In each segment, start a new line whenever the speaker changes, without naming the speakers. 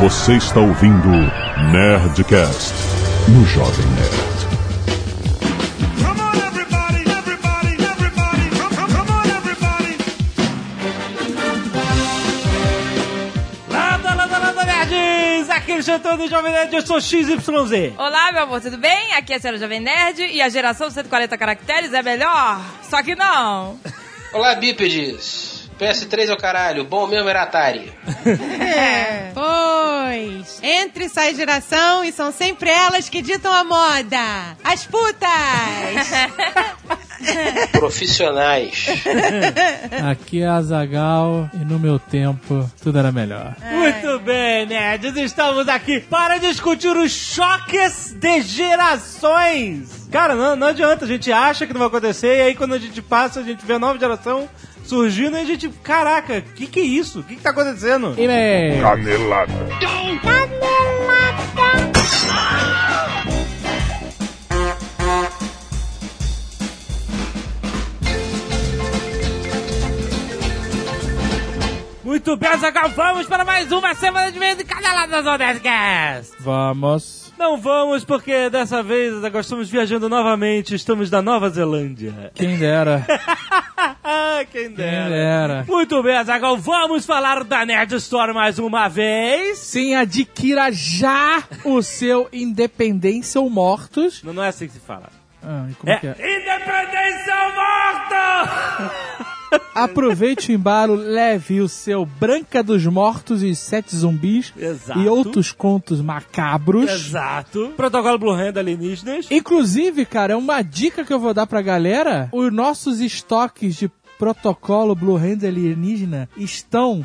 Você está ouvindo Nerdcast no Jovem Nerd.
Lada, lada, lada, nerds! Aqui é o Xantão do Jovem Nerd, eu sou XYZ.
Olá, meu amor, tudo bem? Aqui é a senhora Jovem Nerd e a geração 140 caracteres é melhor, só que não.
Olá, bípedes! PS3 é o caralho, bom mesmo era Atari.
Pois. Entre e sai geração e são sempre elas que ditam a moda. As putas.
Profissionais.
Aqui é a Zagal e no meu tempo tudo era melhor.
É. Muito bem, nerds, estamos aqui para discutir os choques de gerações. Cara, não, não adianta, a gente acha que não vai acontecer e aí quando a gente passa, a gente vê a nova geração surgindo e a gente, caraca, o que que é isso? O que que tá acontecendo?
E né, bem,
Canelada.
Muito bem, Zagal, vamos para mais uma semana de meio de caneladas ao Nerdcast.
vamos.
Não vamos, porque dessa vez agora estamos viajando novamente, estamos na Nova Zelândia.
Quem dera,
Ah, quem
quem é?
dera.
dera.
Muito bem, Azagal, vamos falar da Nerd Store mais uma vez.
Sim, adquira já o seu Independência ou Mortos.
Não, não é assim que se fala.
Ah, e como
É.
que é?
Independência ou morto!
Aproveite o embalo, leve o seu Branca dos Mortos e os Sete Zumbis
Exato.
e outros contos macabros.
Exato. Protocolo Blue Hand alienígenas.
Inclusive, cara, é uma dica que eu vou dar pra galera: os nossos estoques de protocolo Blue Hand alienígena estão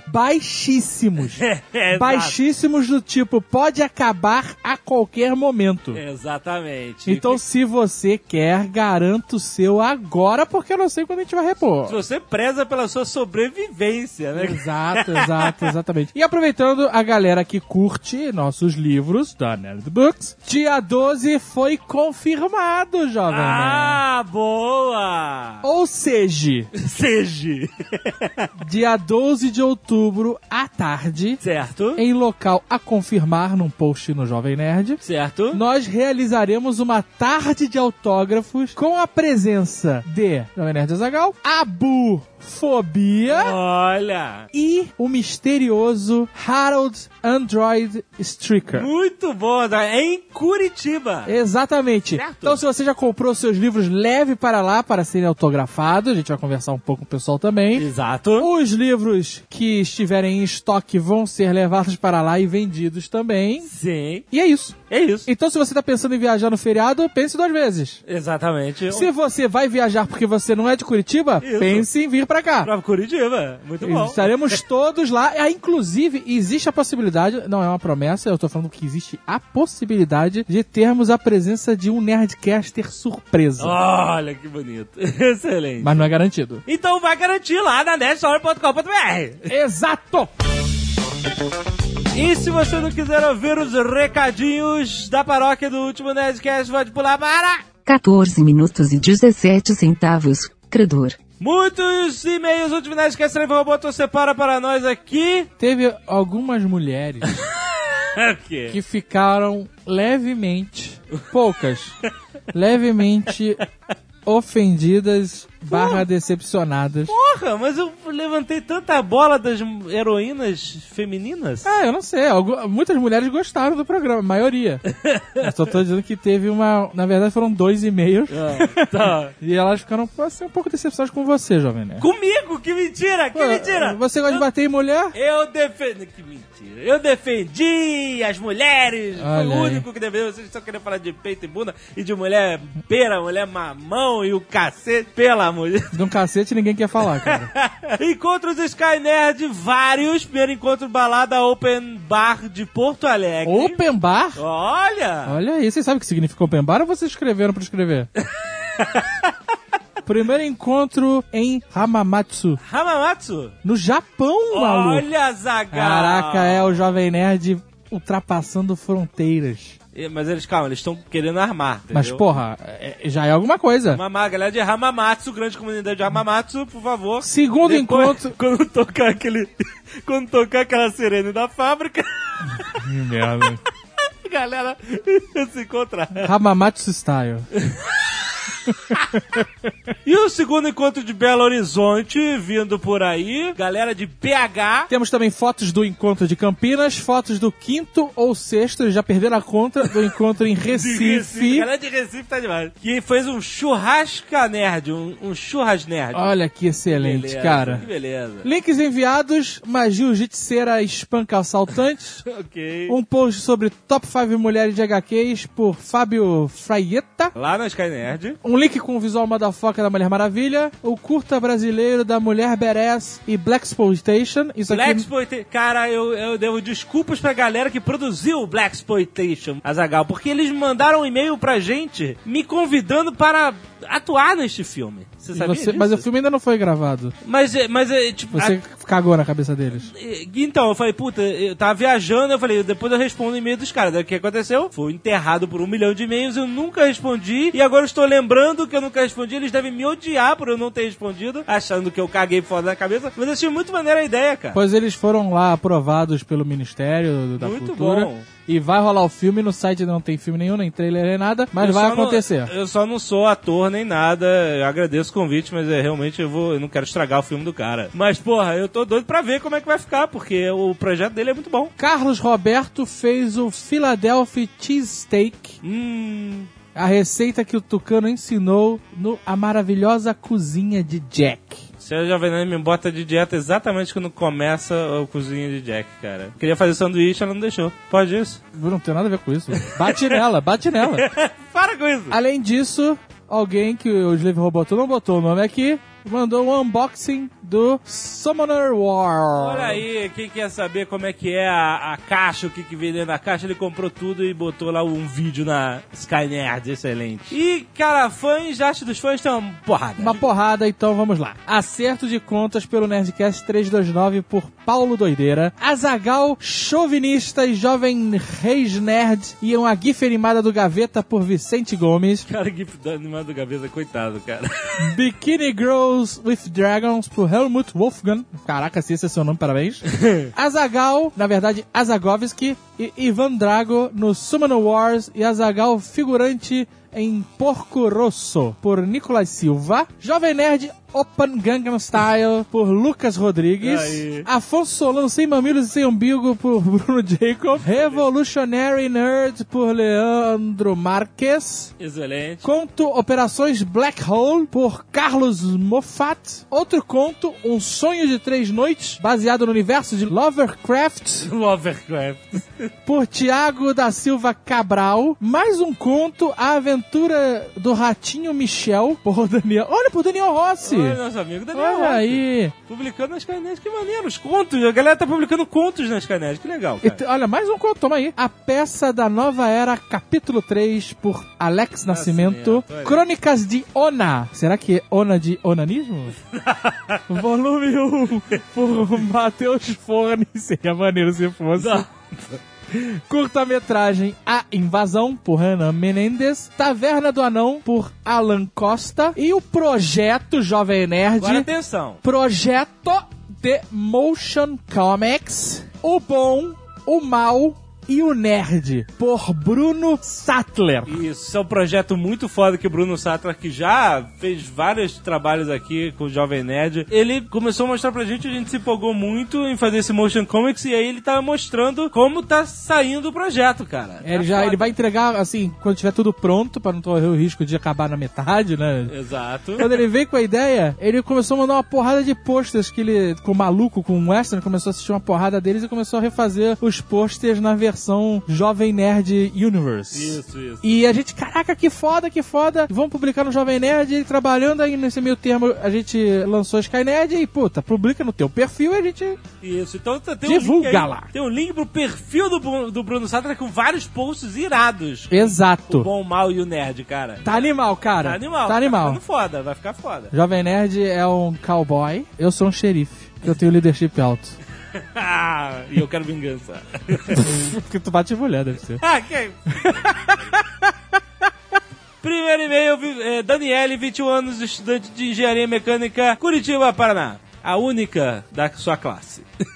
baixíssimos.
Exato.
baixíssimos do tipo pode acabar a qualquer
É.
momento.
Exatamente.
Então, se você quer, garanto o seu agora, porque eu não sei quando a gente vai
Se
repor.
você preza pela sua sobrevivência, né?
Exato, exato, exatamente. E aproveitando a galera que curte nossos livros da Nerd Books, dia 12 foi confirmado, jovem. Nerd.
Ah, boa!
Ou seja,
Seja.
dia 12 de outubro à tarde,
Certo?
em local a confirmar num post no Jovem Nerd,
Certo?
nós realizaremos uma tarde de autógrafos com a presença de Jovem Nerd Azagal, Abu Fobia
Oh. Olha!
e o misterioso Harold Android Stricker.
Muito bom, André. É em Curitiba.
Exatamente.
Certo.
Então, se você já comprou seus livros, leve para lá para serem autografados. A gente vai conversar um pouco com o pessoal também.
Exato.
Os livros que estiverem em estoque vão ser levados para lá e vendidos também.
Sim,
E é isso.
é isso.
Então, se você tá pensando em viajar no feriado, pense duas vezes.
Exatamente. Um
Se você vai viajar porque você não é de Curitiba,
Isso.
pense em vir pra cá.
Pra Curitiba. Muito bom. É.
Estaremos todos lá. Ah, inclusive, existe a possibilidade, não é uma promessa, eu tô falando que existe a possibilidade de termos a presença de um Nerdcaster surpresa.
Olha que bonito. Excelente.
Mas não é garantido.
Então vai garantir lá na nerdstore.com.br.
Exato!
E se você não quiser ouvir os recadinhos da paróquia do último Nerdcast, pode pular para
14 minutos e 17 centavos, credor.
muitos e-mails último Nerdcast Trevor Roboto separa para nós aqui.
Teve algumas mulheres
É o quê?
que ficaram levemente, poucas, levemente ofendidas barra decepcionadas.
Porra, mas eu levantei tanta bola das heroínas femininas.
Ah, eu não sei. Algu- muitas mulheres gostaram do programa, a maioria. Eu só tô dizendo que teve uma. Na verdade, foram dois e-mails.
Ah, tá.
E elas ficaram assim, um pouco decepcionadas com você, jovem nerd.
Comigo? Que mentira, que
Pô, é,
mentira!
Você gosta de bater em mulher?
Eu defendi. Que mentira! Eu defendi as mulheres! Foi
Olha
o
aí.
único que defendeu. Vocês estão querendo falar de peito e bunda e de mulher pera, mulher mamão e o cacete pela mulher.
De um cacete ninguém quer falar, cara.
Encontros Sky Nerd, vários. Primeiro encontro balada Open Bar de Porto Alegre.
Open bar?
Olha!
Olha aí, vocês sabem o que significa open bar ou vocês escreveram pra escrever? Primeiro encontro em Hamamatsu,
Hamamatsu!
no Japão, maluco. é.
Olha, Zagal!
Caraca, é o Jovem Nerd ultrapassando fronteiras.
E- Mas eles, calma, eles estão querendo armar, entendeu?
Mas, porra, é- já é alguma coisa.
Mamá, galera de Hamamatsu, grande comunidade de Hamamatsu, por favor.
Segundo
Depois,
encontro.
Quando tocar aquele. Quando tocar aquela sirene da fábrica,
Merda.
a galera se encontrar.
Hamamatsu Style.
E o segundo encontro de Belo Horizonte, vindo por aí, galera de BH.
Temos também fotos do encontro de Campinas, fotos do quinto ou sexto, eles já perderam a conta do encontro em
De
Recife.
Recife, galera de Recife tá demais. Que fez um churrasca nerd, um, um churras nerd.
Olha que excelente,
Beleza, Que
cara.
beleza.
Links enviados, uma jiu-jitseira espanca assaltantes,
Ok.
um post sobre Top 5 Mulheres de HQs por Fábio Fraieta,
Lá na Sky Nerd.
um link com o visual motherfucker da Mulher Maravilha, o curta brasileiro da Mulher Badass e Black Exploitation. Isso
Black
aqui...
Exploitation. Cara, eu, eu devo desculpas pra galera que produziu o Black Exploitation, Azagal, porque eles mandaram um e-mail pra gente me convidando para atuar neste filme. Você sabia?
Você-
disso?
mas o filme ainda não foi gravado.
Mas, é- mas é, tipo.
Você
a-
cagou na cabeça deles.
é, Então, eu falei, puta, eu tava viajando, eu falei, depois eu respondo o e-mail dos caras. Daí o que aconteceu? Fui enterrado por um milhão de e-mails, eu nunca respondi, e agora eu estou lembrando que eu nunca respondi, eles devem me odiar por eu não ter respondido, achando que eu caguei fora da cabeça, mas eu achei muito maneira a ideia, cara.
Pois eles foram lá aprovados pelo Ministério da
Muito
Cultura.
bom.
E vai rolar o filme, no site não tem filme nenhum, nem trailer, nem nada, mas
Eu
vai
só não-
acontecer.
eu só não sou ator nem nada. Eu agradeço o convite, mas é, realmente eu, vou, eu não quero estragar o filme do cara. Mas, porra, eu tô doido pra ver como é que vai ficar, porque o projeto dele é muito bom.
Carlos Roberto fez o Philadelphia Cheesesteak,
Hum.
a receita que o Tucano ensinou no A Maravilhosa Cozinha de Jack.
Se a Jovem Nerd me bota de dieta exatamente quando começa a cozinha de Jack, cara. Queria fazer sanduíche, ela não deixou. Pode isso?
Não tem nada a ver com isso. Bate nela, bate nela.
Para com isso!
Além disso, alguém que o Slave Roboto não botou o nome aqui, mandou um unboxing do Summoner War.
Olha aí, quem quer saber como é que é a, a caixa, o que, que vem dentro da caixa, ele comprou tudo e botou lá um vídeo na Sky Nerd, excelente. E, cara, fãs, acho dos fãs tem uma porrada.
Uma porrada, então vamos lá. Acerto de contas pelo Nerdcast 329 por Paulo Doideira. Azagal, chauvinista e jovem reis nerd. E uma gif animada do Gaveta por Vicente Gomes.
Cara, GIF do animado do cabeça, coitado, cara.
Bikini Girls with Dragons por Helmut Wolfgang. Caraca, se esse é seu nome, parabéns. Azagal, na verdade, Azagovski e Ivan Drago no Summoner Wars e Azagal figurante em Porco Rosso por Nicolas Silva. Jovem Nerd Open Gangnam Style por Lucas Rodrigues.
Aí.
Afonso Solano sem mamilos e sem umbigo por Bruno Jacob. Revolutionary Nerd por Leandro Marques.
Excelente.
Conto Operações Black Hole por Carlos Moffat. Outro conto, Um Sonho de Três Noites, baseado no universo de Lovecraft,
Lovecraft.
por Tiago da Silva Cabral. Mais um conto, A Aventura do Ratinho Michel, por Daniel. Olha, por Daniel Rossi!
Olha, nosso amigo Daniel.
Olha
Rossi.
aí!
Publicando na Skynet, que maneiro. Os contos, a galera tá publicando contos na Skynet, que legal,
E
cara.
te- olha, mais um conto, toma aí. A peça da nova era, capítulo 3, por Alex Nascimento.
Nascimento, olha.
Crônicas de Ona. Será que é Ona de onanismo? Volume 1, por Matheus Forne. Seria maneiro se fosse. Curta-metragem A Invasão, por Renan Menendez. Taverna do Anão, por Alan Costa. E o Projeto Jovem Nerd.
Agora atenção.
Projeto de Motion Comics, o bom, o mal e o nerd, por Bruno Sattler.
Isso é um projeto muito foda que o Bruno Sattler, que já fez vários trabalhos aqui com o Jovem Nerd, ele começou a mostrar pra gente, a gente se empolgou muito em fazer esse Motion Comics, e aí ele tá mostrando como tá saindo o projeto, cara.
É,
Tá
Ele, já, ele vai entregar, assim, quando tiver tudo pronto, pra não correr o risco de acabar na metade, né?
Exato.
Quando ele veio com a ideia, ele começou a mandar uma porrada de posters que ele, com o maluco, com o Western, começou a assistir uma porrada deles e começou a refazer os posters na versão Jovem Nerd Universe.
Isso, isso.
E a gente, caraca, que foda, que foda. Vamos publicar no Jovem Nerd. E trabalhando aí nesse meio termo, a gente lançou a Sky Nerd e, puta, publica no teu perfil e a gente.
Isso, então tá- tem um
Divulga
link aí,
lá.
Tem um link pro perfil do, Bru- do Bruno Sattler com vários posts irados. O
Exato.
bom, o mal e o nerd, cara.
Tá animal, cara.
Tá animal.
Tá animal.
ficando foda, vai ficar foda.
Jovem Nerd é um cowboy. Eu sou um xerife. Eu tenho leadership alto.
Ah, e eu quero vingança.
Porque tu bate em mulher, deve ser.
Ah, quem? Primeiro e-mail, vi- eh, Daniele, 21 anos, estudante de engenharia mecânica, Curitiba, Paraná. A única da sua classe.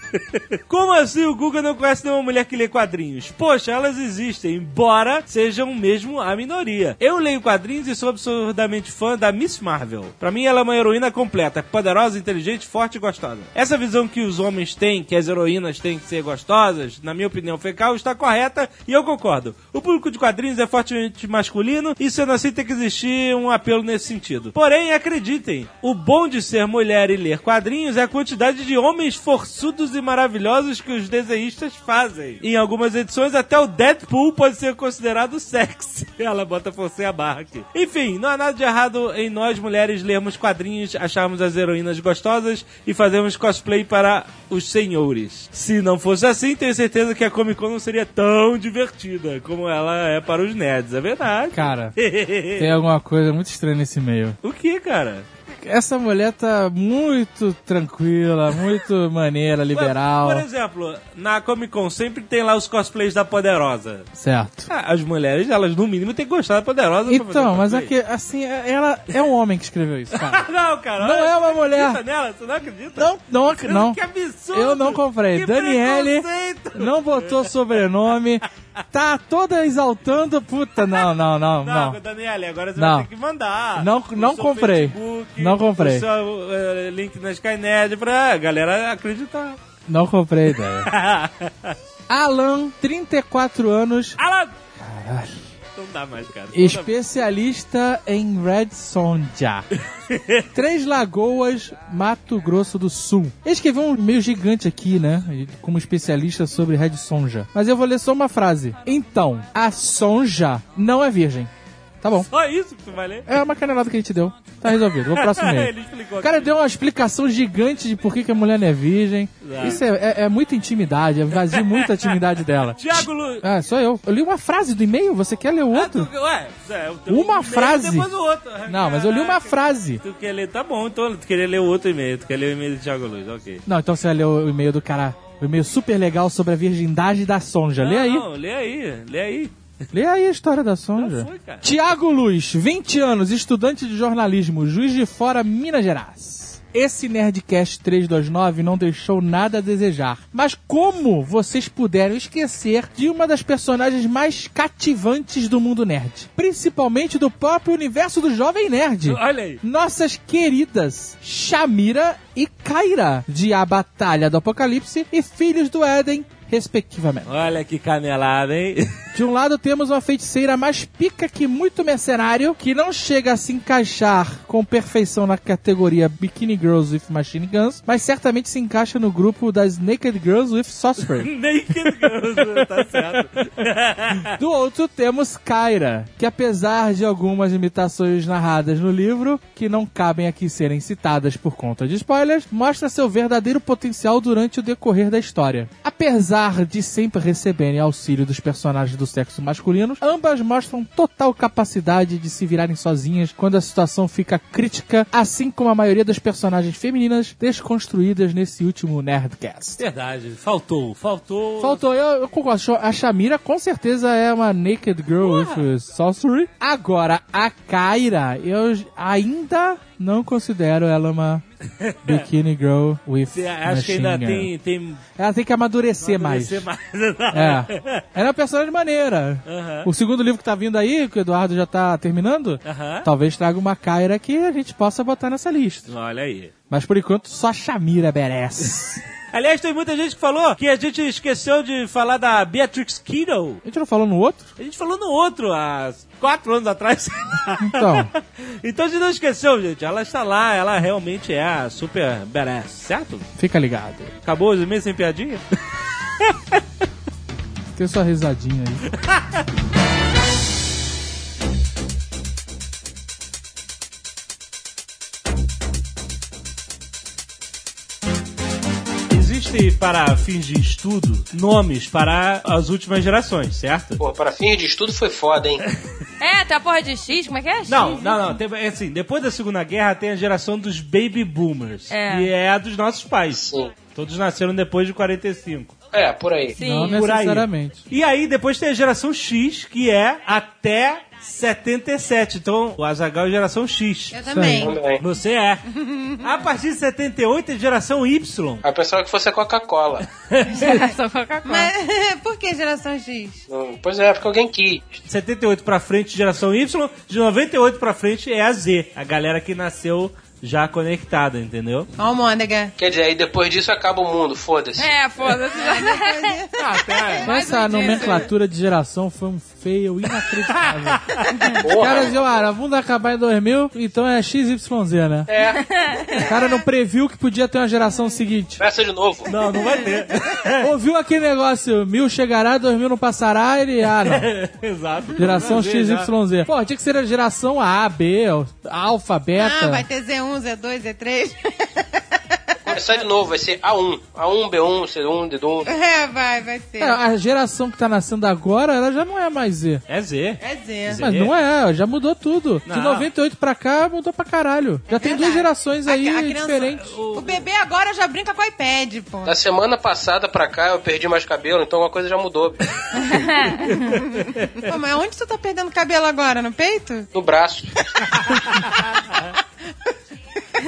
Como assim o Guga não conhece nenhuma mulher que lê quadrinhos? Poxa, elas existem, embora sejam mesmo a minoria. Eu leio quadrinhos e sou absurdamente fã da Miss Marvel. Pra mim, ela é uma heroína completa, poderosa, inteligente, forte e gostosa. Essa visão que os homens têm, que as heroínas têm que ser gostosas, na minha opinião fecal, está correta e eu concordo. O público de quadrinhos é fortemente masculino e sendo assim tem que existir um apelo nesse sentido. Porém, acreditem, o bom de ser mulher e ler quadrinhos é a quantidade de homens forçudos e maravilhosos que os desenhistas fazem. Em algumas edições, até o Deadpool pode ser considerado sexy. Ela bota forcei a barra aqui. Enfim, não há nada de errado em nós mulheres lermos quadrinhos, acharmos as heroínas gostosas e fazermos cosplay para os senhores. Se não fosse assim, tenho certeza que a Comic Con não seria tão divertida como ela é para os nerds, é verdade.
Cara, tem alguma coisa muito estranha nesse e-mail.
o que, cara?
Essa mulher tá muito tranquila, muito maneira, liberal.
Por exemplo, na Comic Con sempre tem lá os cosplays da Poderosa.
Certo.
Ah, As mulheres, elas no mínimo têm que gostar da Poderosa. pra fazer
Então, mas é
cosplay. Ah,
que, assim, ela é um homem que escreveu isso, cara.
Não, cara.
Não
olha,
é uma
você
mulher.
acredita Nela, você não acredita?
Não, não, ac- não.
Que absurdo.
Eu não comprei.
Que
Daniele
preconceito.
não botou sobrenome. Tá toda exaltando. Puta, não, não, não,
Não,
não.
Daniele, agora você
Não.
vai ter que mandar.
Não-
o
não
seu
comprei.
Facebook,
Não comprei.
O seu eh, link na Skynet pra galera acreditar.
Não comprei ideia. Alan, 34 anos,
Alan! Não dá mais, cara. Não dá mais.
especialista em Red Sonja. Três Lagoas, Mato Grosso do Sul. Ele escreveu um e-mail gigante aqui, né? Como especialista sobre Red Sonja. Mas eu vou ler só uma frase. Então, a Sonja não é virgem. Tá bom.
Só isso que tu vai ler?
É uma canelada que a gente deu. Tá resolvido. Vou pro próximo
Ele
e-mail.
explicou
O cara
aqui.
deu uma explicação gigante de por que, que a mulher não é virgem. Isso é, é- é muita intimidade, é vazio muita intimidade dela.
Tiago Lu...
Ah, sou eu. Eu li uma frase do e-mail, você quer ler o
Ah, tu...
outro?
Ué, é, o teu
Uma
e-mail,
frase.
Depois o outro.
Não, mas eu li uma
Caraca.
frase.
Tu quer ler? Tá bom, então tu queria ler o outro e-mail. Tu quer ler o e-mail do Thiago Luz, ok.
Não, então você vai ler o e-mail do cara. O e-mail super legal sobre a virgindade da Sonja. Lê aí.
Não, lê aí, lê aí.
Lê aí a história da
Já
Sonja.
foi, cara.
Tiago Luz, 20 anos, estudante de jornalismo, Juiz de Fora, Minas Gerais. Esse Nerdcast 329 não deixou nada a desejar. Mas como vocês puderam esquecer de uma das personagens mais cativantes do mundo nerd? Principalmente do próprio universo do Jovem Nerd.
Olha aí.
Nossas queridas Shamira e Kaira, de A Batalha do Apocalipse e Filhos do Éden, respectivamente.
Olha que canelada, hein?
De um lado temos uma feiticeira mais pica que muito mercenário, que não chega a se encaixar com perfeição na categoria Bikini Girls with Machine Guns, mas certamente se encaixa no grupo das Naked Girls with Sorcery.
Naked Girls, tá certo.
Do outro temos Kyra, que apesar de algumas imitações narradas no livro, que não cabem aqui serem citadas por conta de spoilers, mostra seu verdadeiro potencial durante o decorrer da história. Apesar de sempre receberem auxílio dos personagens do sexo masculino, ambas mostram total capacidade de se virarem sozinhas quando a situação fica crítica, assim como a maioria das personagens femininas desconstruídas nesse último Nerdcast.
Verdade, faltou, faltou.
Faltou, eu, eu concordo. A Shamira com certeza é uma Naked Girl with uh, Sorcery. Agora, a Kyra, eu ainda não considero ela uma Bikini Girl with
Você
Você
acha É, que ainda tem, tem
Ela tem que amadurecer,
ser
mais.
mais. né?
É. Ela é uma personagem maneira.
Aham.
O segundo livro que tá vindo aí, que o Eduardo já tá terminando,
Aham.
talvez traga uma Kyra que a gente possa botar nessa lista.
Olha aí.
Mas por enquanto, só a Shamira merece.
Aliás, tem muita gente que falou que a gente esqueceu de falar da Beatrix Kittle.
a gente não falou no outro?
A gente falou no outro, há quatro anos atrás.
Então.
então a gente não esqueceu, gente. Ela está lá, ela realmente é a super badass, certo?
Fica ligado.
Acabou os e-mails sem piadinha?
Tem sua risadinha aí.
Existem, para fins de estudo, nomes para as últimas gerações, certo?
Pô, para fim de estudo foi foda, hein?
É, tem a porra de X, como é que é? X,
Não,
né?
não, não. Tem, é assim, depois da Segunda Guerra tem a geração dos baby boomers.
É.
E é a dos nossos pais.
Sim.
Todos nasceram depois de 45.
É, por aí.
Sim.
Não
Por aí.
necessariamente.
E aí depois tem a geração X, que é até 77. Então o Azagal é geração X.
Eu também.
Também.
Você é. A partir de 78 é geração Y.
A pessoa que fosse a Coca-Cola.
Geração Coca-Cola.
Mas por que geração X?
Não, Pois é, porque alguém quis.
De 78 pra frente, geração Y. De 98 pra frente é a Z. A galera que nasceu já conectada, entendeu?
Ó, o Môndega.
Quer dizer, aí depois disso acaba o mundo, foda-se.
É, foda-se. É, já-
Mas essa
um disso.
nomenclatura de geração foi um fail inacreditável. Os
Porra.
caras diziam, ah, o mundo vai acabar em 2000, então é XYZ, né?
É,
O cara não previu que podia ter uma geração seguinte.
Começa de novo.
Não, não vai ter.
Ouviu aquele negócio, mil chegará, 2000 não passará, ele, ah, não.
Exato.
Geração
Vai ver, já.
XYZ. Pô, tinha que ser a geração A, B, alfa,
Ah,
beta.
vai ter Z1, Z2, Z3.
Começar de novo, vai ser A1. A1, B1, C1, D1.
É, vai, vai ser.
É, a geração que tá nascendo agora, ela já não é mais Z.
É Z.
É Z.
Mas não é, já mudou tudo. De
Não.
98 pra cá, mudou pra caralho. Já tem duas gerações aí
É
é
A- a criança-
diferentes.
O bebê agora já brinca com o iPad, pô.
Da semana passada pra cá eu perdi mais cabelo, então alguma coisa já mudou. bicho.
Pô, mas onde tu tá perdendo cabelo agora? No peito?
No braço.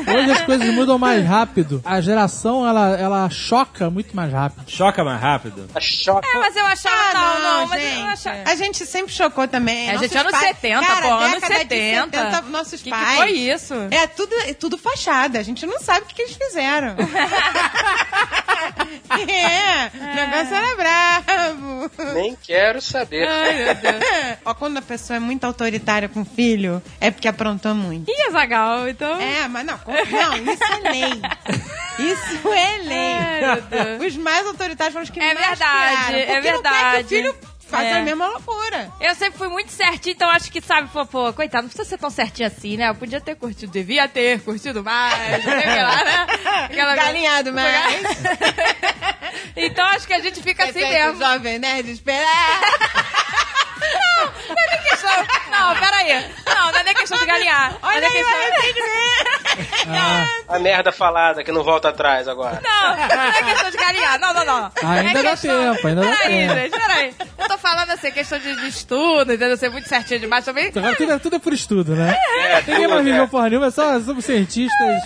Hoje as coisas mudam mais rápido. A geração, ela, ela choca muito mais rápido.
Choca mais rápido.
Tá choca.
É, mas eu achava não, não, mas eu
Ah, gente.
não achava.
A gente sempre chocou também.
É,
Nossos
gente, anos
pais-
70,
Cara,
pô, anos
década de
70.
nossos
Que que
pais.
foi isso?
É tudo, é tudo fachada. A gente não sabe o que, que eles fizeram. é, o negócio era bravo.
Nem quero saber.
Ó, quando a pessoa é muito autoritária com o filho, é porque aprontou muito.
Ih, Azagal, então.
É, mas não, com- não, isso é lei. Isso é lei.
Ai, meu Deus.
Os mais autoritários foram os que
É
mais
verdade,
criaram,
é
porque
verdade.
Não quer que o filho faça
É.
a mesma loucura.
Eu sempre fui muito certinha, então acho que, sabe, pô, pô, coitado, não precisa ser tão certinho assim, né? Eu podia ter curtido, devia ter curtido mais, sei lá, né?
Galinhado mais.
então acho que a gente fica assim
Repete o
mesmo.
Jovem Nerd, espera.
Questão- Não, peraí. Não, não é nem questão de galinhar. Não é
Olha
nem
aí o
questão...
arrependimento.
A merda falada que não volta atrás agora.
Não, não é questão de galinhar. Não, não, não.
Ah, Ainda
é
dá tempo, ainda dá
peraí,
tempo.
gente, peraí. Eu tô falando assim, questão de, de estudo, entendeu? Ser muito certinha demais também.
Agora tudo, é- tudo é por estudo, né?
é,
Ninguém mais viveu porra nenhuma, é só somos cientistas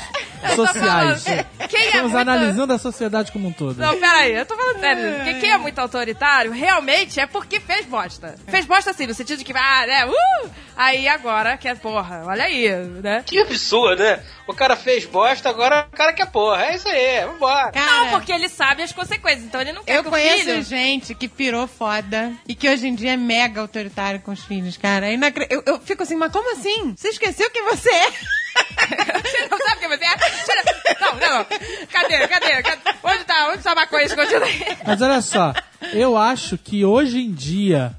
sociais.
Quem é
Estamos
muito-
analisando a sociedade como um todo.
Não, peraí, eu tô falando sério. Porque quem é muito autoritário, realmente é porque fez bosta. Fez bosta assim, no sentido de que, ah, né, uh! Aí agora quer, porra, olha aí, né?
Que absurdo, né? O cara fez bosta, agora o cara quer porra. É isso aí, vambora.
Cara,
não, porque ele sabe as consequências, então ele não quer
É
eu
que o
conheço
filho...
gente que pirou foda e que hoje em dia é mega autoritário com os filhos, cara. É inacre- Eu, eu fico assim, mas como assim? Você esqueceu quem você é?
Você não sabe quem você é? Tira- Não, não, não. Cadê, cadê, cadê? Onde tá, onde tá a maconha escondida aí?
Mas olha só, eu acho que hoje em dia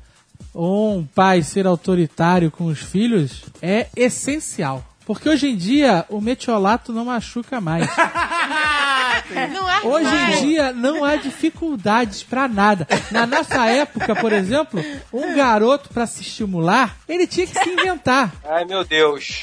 um pai ser autoritário com os filhos é essencial. Porque hoje em dia o metiolato não machuca mais.
Não há
Hoje
mais.
em dia não há dificuldades pra nada. Na nossa época, por exemplo, um garoto pra se estimular, ele tinha que se inventar.
Ai, meu Deus.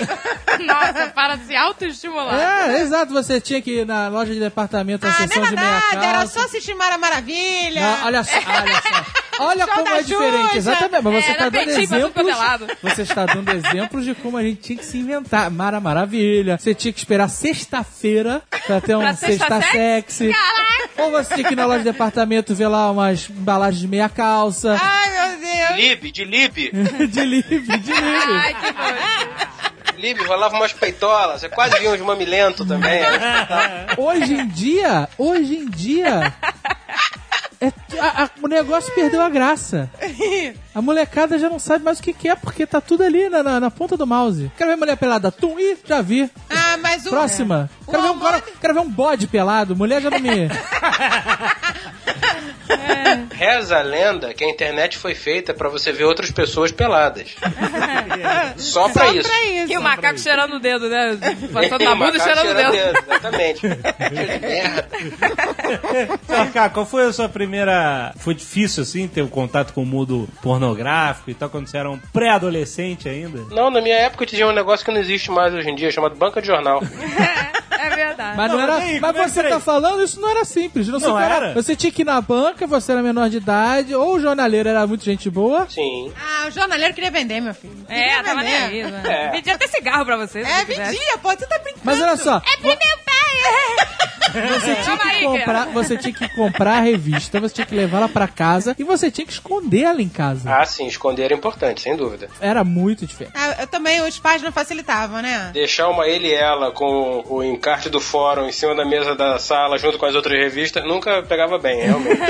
Nossa, para de se autoestimular.
É, exato, você tinha que ir na loja de departamento, a
Ah,
sessão
não
de
era
meia
nada,
calça.
era só assistir Mara Maravilha.
Não, olha só, olha só. Olha
Show
como
da
é diferente,
Xuxa.
exatamente. Mas você
É,
está
era
dando
petinho pra tudo
exemplos.
quanto é lado.
Você está dando exemplos de como a gente tinha que se inventar. Mara Maravilha. Você tinha que esperar sexta-feira pra ter um
Pra sexta
sexta,
sex?
sexy.
Caraca!
Ou você tinha que ir na loja de departamento ver lá umas embalagens de meia calça.
Ah.
Ai, meu Deus.
Lib, de Lib.
De livre, de livre.
Ai, que nojo.
Lib, rolava umas peitolas. Eu quase vi uns mamilentos também.
Hoje em dia, hoje em dia. é t- a- a- o negócio perdeu a graça. A molecada já não sabe mais o que, que é, porque tá tudo ali na, na- na ponta do mouse. Quero ver mulher pelada. Tum, ih, já vi.
Ah, mas o...
Próxima.
O
Quero ver, um,
amor-
quero, quero ver um bode pelado. Mulher já não me.
Reza a lenda que a internet foi feita pra você ver outras pessoas peladas. Só pra
Só
isso.
pra isso.
E o macaco cheirando o dedo, né? Passando
Tem
na
um
bunda e
macaco
cheirando o dedo.
Exatamente. Que merda.
Senhor K, qual foi a sua primeira. Foi difícil, assim, ter o contato com o mundo pornográfico e tal, quando você era um pré-adolescente ainda?
Não, na minha época tinha um negócio que não existe mais hoje em dia, chamado banca de jornal.
É, é verdade.
Mas não,
Não,
era.
mas aí,
mas
como é que
você tá
fez?
falando, isso não era simples. Não, sei
Não
qual era.
era?
Você tinha que ir na banca, você era menor de idade, ou o jornaleiro era muito gente boa.
Sim.
Ah, o jornaleiro queria vender, meu filho.
É,
Queria
tava nem aí.
vender.
né? Vendia até cigarro pra você. se
É,
quiser.
vendia, pô, você tá brincando.
Mas olha só,
É pro meu pai!
você tinha
Calma
que
aí,
comprar,
criança.
você tinha que comprar a revista, você tinha que levá-la pra casa e você tinha que esconder ela em casa.
Ah, sim, esconder era importante, sem dúvida.
Era muito diferente.
Ah, eu também, os pais não facilitavam, né?
Deixar uma ele e ela com o encarte do fórum em cima da mesa da sala, junto com as outras revistas, nunca pegava bem, é realmente.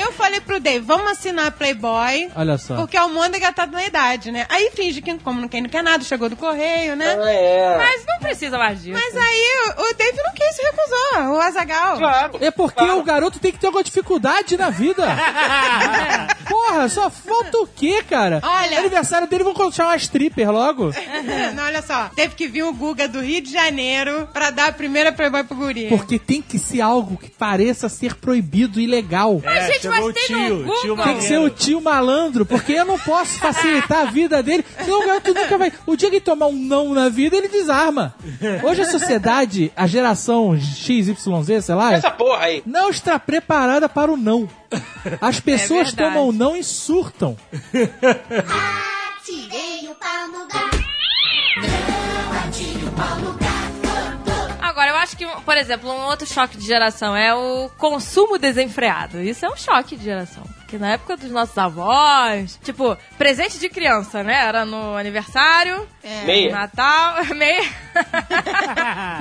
Eu falei pro Dave, vamos assinar Playboy.
Olha É. só.
Porque é o Môndega tá na idade, né? Aí finge que, como não quer, não quer nada, chegou do correio, né?
ah, é.
Mas não precisa mais disso.
Mas aí o o Dave não quis, se recusou. O Azagal.
Claro.
É porque o garoto tem que ter alguma dificuldade na vida. Porra, só falta o quê, cara?
Olha. É.
Aniversário dele, vão colocar uma stripper logo.
Não, olha só. Teve que vir o Guga do Rio de Janeiro pra dar a primeira Playboy pro guri.
Porque tem que ser algo que pareça ser proibido e legal.
Mas, gente,
É, chegou
mas
o
tem
tio,
no Google.
tio
Tem que ser o tio malandro, porque eu não posso facilitar a vida dele. Senão o garoto nunca vai. O dia que ele tomar um não na vida, ele desarma. Hoje a sociedade, a geração XYZ, sei lá,
Essa porra aí.
não está preparada para o não. As pessoas
verdade.
tomam o não e surtam.
Atirei o pau no gato. Não atire o pau no gato.
Agora, eu acho que, por exemplo, um outro choque de geração é o consumo desenfreado. Isso é um choque de geração. Que na época dos nossos avós, tipo, presente de criança, né? Era no aniversário,
É,
no
Meia.
Natal, meia.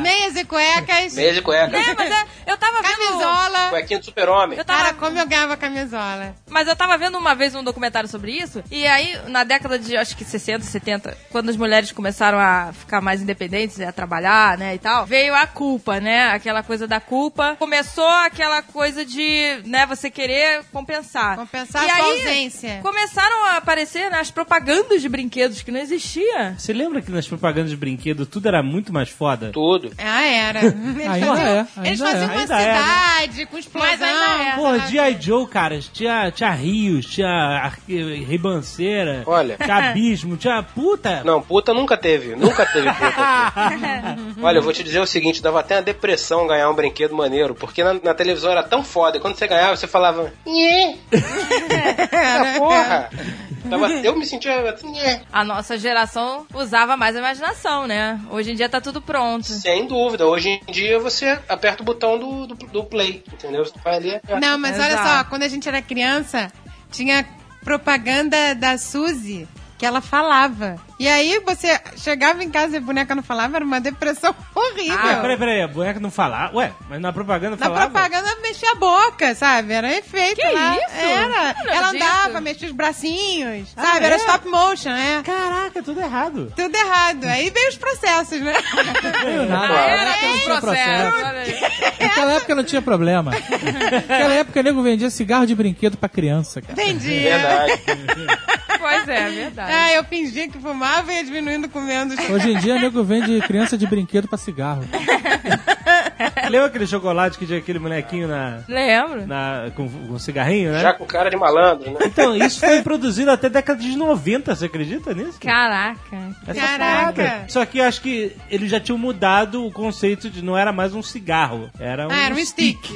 Meias e cuecas,
Meia e cueca.
é, mas é, eu tava vendo.
camisola.
Cuequinha do super-homem.
Eu tava
Cara, como eu ganhava camisola.
Mas eu tava vendo uma vez um documentário sobre isso, e aí, na década de, acho que 60, 70, quando as mulheres começaram a ficar mais independentes, a trabalhar, né, e tal, veio a culpa, né? Aquela coisa da culpa. Começou aquela coisa de, né, você querer compensar.
Compensar
e
a sua
aí,
ausência.
Começaram a aparecer né, as propagandas de brinquedos que não existia.
Você lembra que nas propagandas de brinquedo tudo era muito mais foda?
Tudo.
Ah, era. Eles
Ainda
faziam,
é, ainda
eles faziam
é.
uma
Ainda é, né?
cidade com explosão.
Mas ainda é.
Porra, G.I. Joe, cara, tinha, tinha rios, tinha ar- ribanceira,
Olha.
tinha abismo, tinha puta.
Não, puta nunca teve. Nunca teve puta. aqui. Olha, eu vou te dizer o seguinte: dava até uma depressão ganhar um brinquedo maneiro. Porque na, na televisão era tão foda. E quando você ganhava, você falava. Nhê! Essa porra! Tava, eu me sentia. né? Nhê!
A nossa geração usava mais a imaginação, né? Hoje em dia tá tudo pronto.
Sem dúvida. Hoje em dia você aperta o botão do, do, do play. Entendeu? Você vai ali. é aperta.
Não, mas olha
Exato.
só, quando a gente era criança, tinha propaganda da Suzy que ela falava. E aí você chegava em casa e a boneca não falava, era uma depressão horrível.
Ah, peraí, peraí, a boneca não falava. Ué, mas na propaganda
Na
falava?
propaganda mexia a boca, sabe? Era efeito.
Que
lá.
isso?
Era.
Não lembro
Ela
disso.
andava, mexia os bracinhos,
Ah,
sabe? Era
é?
stop motion, é.
Caraca, tudo errado.
Tudo errado. Aí veio os processos, né?
Não, nada.
Ah,
Naquela época não tinha processo.
olha aí.
Naquela época não tinha problema. Naquela época o nego vendia cigarro de brinquedo pra criança, cara.
Entendi.
É Verdade.
Pois é, verdade.
Ah, eu fingia que fumava e ia diminuindo comendo.
Hoje em dia o nego vende criança de brinquedo pra cigarro.
Lembra aquele chocolate que tinha aquele molequinho na,
Lembro.
na, com, com cigarrinho, né?
Já com cara de malandro, né?
Então, isso foi produzido até década de 90, você acredita nisso?
Caraca.
Essa
Caraca.
parada. Só que eu acho que eles já tinham mudado o conceito de não era mais um cigarro, era um.
Ah, era um stick.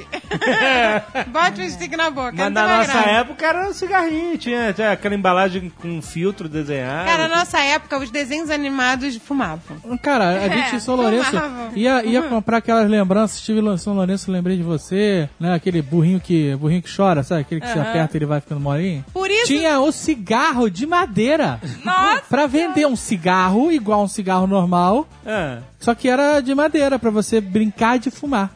Bote um stick na boca.
Mas
não
na
tem mais
nossa
graça.
época era um cigarrinho, tinha, tinha aquela embalagem com filtro desenhado.
Cara, na nossa época, os desenhos animados fumavam.
Cara, a gente em São Lourenço
tomavam.
ia, ia comprar aquelas lembranças. Estive em São Lourenço, lembrei de você, né? Aquele burrinho que, burrinho que chora, sabe? Aquele que se aperta e ele vai ficando molinho.
Uhum. Por isso-
Tinha o cigarro de madeira.
Nossa!
Pra vender um cigarro igual a um cigarro normal,
Ah,
só que era de madeira, pra você brincar de fumar.